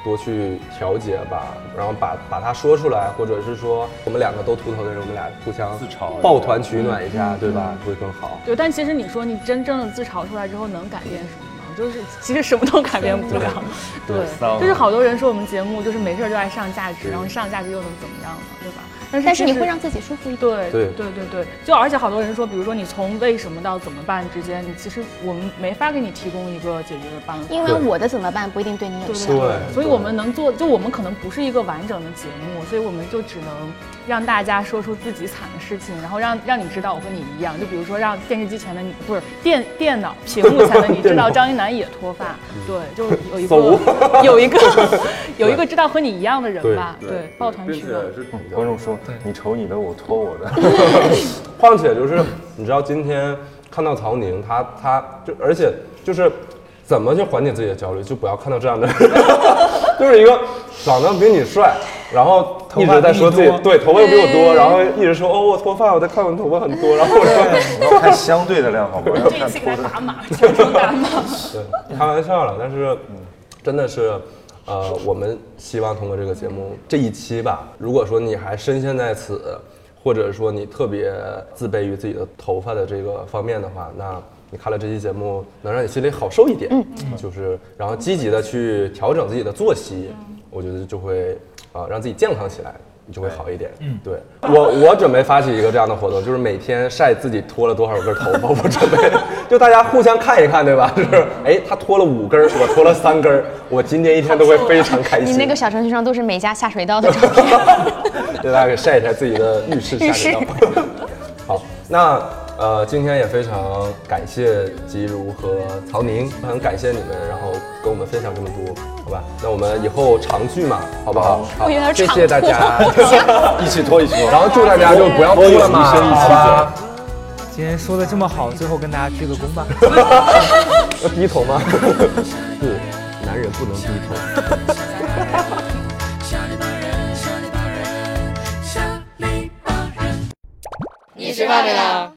Speaker 4: 多去调节吧，然后把把它说出来，或者是说我们两个都秃头的人，我们俩互相
Speaker 7: 自嘲一下
Speaker 4: 抱团取暖一下，对吧？会更好。
Speaker 3: 对，但其实你说你真正的自嘲出来之后能改变什么吗？就是其实什么都改变不了。 对，
Speaker 7: 丧
Speaker 3: 就是好多人说我们节目就是没事儿就爱上价值，然后上价值又能怎么样呢？对吧？但是
Speaker 8: 但是
Speaker 3: 就
Speaker 8: 你会让自己舒服一点。
Speaker 3: 对
Speaker 4: 对
Speaker 3: 对对对，就而且好多人说，比如说你从为什么到怎么办之间，你其实我们没法给你提供一个解决的办法。
Speaker 8: 因为我的怎么办不一定对你有
Speaker 3: 对
Speaker 8: 效。
Speaker 4: 对
Speaker 3: 所以我们能做，就我们可能不是一个完整的节目，所以我们就只能让大家说出自己惨的事情，然后让让你知道我和你一样，就比如说让电视机前的你，不是电电脑屏幕前的你知
Speaker 4: 电脑
Speaker 3: 道张一楠也脱发，对，就有一
Speaker 4: 走
Speaker 3: 个有一个有一个知道和你一样的人吧，对，抱团取暖。
Speaker 7: 是观众说你瞅你的，我脱我的，
Speaker 4: 况且就是你知道今天看到曹宁，他他就而且就是怎么去缓解自己的焦虑，就不要看到这样的人， 就是一个长得比你帅，然后一直在说自己
Speaker 5: 头发比你
Speaker 4: 对头发又比我多，然后一直说哦我脱发，我在看我头发很多，然后我说
Speaker 7: 我要看相对的量好 不好？要
Speaker 3: 这一
Speaker 7: 看
Speaker 3: 次给
Speaker 7: 脱
Speaker 3: 他
Speaker 7: 的。
Speaker 3: 打码，全程打码。
Speaker 4: 对 开玩笑了，但是真的是。呃，我们希望通过这个节目这一期吧，如果说你还深陷在此，或者说你特别自卑于自己的头发的这个方面的话，那你看了这期节目，能让你心里好受一点，就是然后积极的去调整自己的作息，我觉得就会啊、呃让自己健康起来，你就会好一点。嗯，对我我准备发起一个这样的活动，就是每天晒自己脱了多少根头发， 我准备就大家互相看一看，对吧？就是哎，他脱了五根儿，我脱了三根儿，我今天一天都会非常开
Speaker 8: 啊你
Speaker 4: 心。
Speaker 8: 那个小程序上都是每家下水道的照片。
Speaker 4: 对大家给晒一晒自己的浴室下水道。 好，那呃，今天也非常感谢吉如和曹宁，很感谢你们，然后跟我们分享这么多，好吧？那我们以后常聚嘛，好不
Speaker 7: 哦
Speaker 4: 好？好，
Speaker 8: 我有点
Speaker 4: 谢
Speaker 8: 场
Speaker 4: 谢大家，
Speaker 7: 一起脱一起脱。
Speaker 4: 然后祝大家就不要哭了嘛，
Speaker 7: 我有一生一起
Speaker 4: 好吧？
Speaker 5: 今天说的这么好，最后跟大家鞠个躬吧。
Speaker 4: 要低头吗？ 不，男人不能低头。
Speaker 9: 你吃饭没啦？